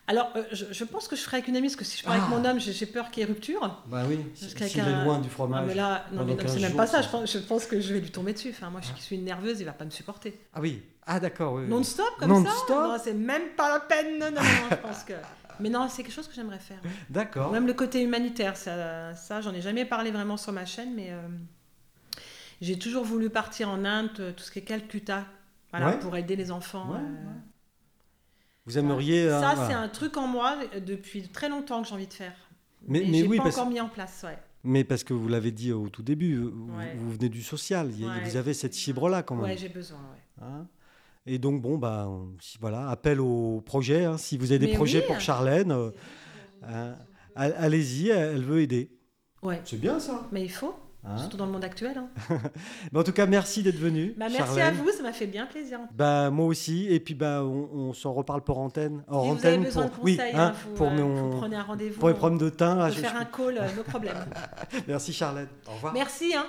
B: Alors euh, je, je pense que je ferai avec une amie, parce que si je pars
A: Ah.
B: avec mon homme, j'ai j'ai peur qu'il y ait rupture.
A: Bah oui,
B: Parce
A: s'il
B: qu'avec
A: est
B: un-
A: loin du
B: Ah,
A: fromage.
B: mais là, non, mais
A: pendant
B: non,
A: 15
B: c'est même
A: jours,
B: pas ça.
A: ça.
B: Je pense, je pense que je vais lui tomber dessus. Enfin, moi, je qui suis une nerveuse, il va pas me supporter.
A: Ah oui, ah d'accord, oui. oui.
B: Non-stop comme
A: Non-stop.
B: ça Non, c'est même pas la peine. Non, non, non, je pense que. Mais non, c'est quelque chose que j'aimerais faire.
A: D'accord.
B: Même le côté humanitaire, ça, ça j'en ai jamais parlé vraiment sur ma chaîne, mais euh, j'ai toujours voulu partir en Inde, euh, tout ce qui est Calcutta, voilà,
A: Ouais.
B: pour aider les enfants.
A: Ouais,
B: euh,
A: ouais. Vous aimeriez. euh,
B: Ça,
A: voilà.
B: c'est un truc en moi euh, depuis très longtemps que j'ai envie de faire.
A: Mais,
B: Et
A: mais
B: j'ai
A: oui,
B: pas
A: parce...
B: encore mis en place, ouais.
A: mais parce que vous l'avez dit au tout début, vous,
B: Ouais.
A: vous venez du social, il y a-
B: Ouais.
A: vous avez cette fibre-là quand même.
B: Ouais, j'ai besoin, ouais.
A: hein. Et donc, bon, bah, on- si- voilà, appel au projet. hein, si vous avez des
B: Mais
A: projets
B: oui.
A: pour Charlène, euh, hein, a- allez-y, elle veut aider.
B: Ouais.
A: C'est bien ça.
B: Mais il faut, surtout dans le monde actuel. hein.
A: en tout cas, merci d'être venu.
B: Bah, merci à
A: Charlène.
B: vous, ça m'a fait bien plaisir.
A: Bah moi aussi et puis bah on, on s'en reparle pour antenne, hors
B: si vous avez
A: antenne
B: besoin
A: pour
B: de
A: oui
B: conseils,
A: hein,
B: hein, vous,
A: pour
B: euh,
A: mon-
B: vous prenez un rendez-vous.
A: pour les problèmes de teint. là,
B: de
A: je-
B: faire un call, euh, nos problèmes.
A: Merci Charlène. Au revoir.
B: Merci, hein.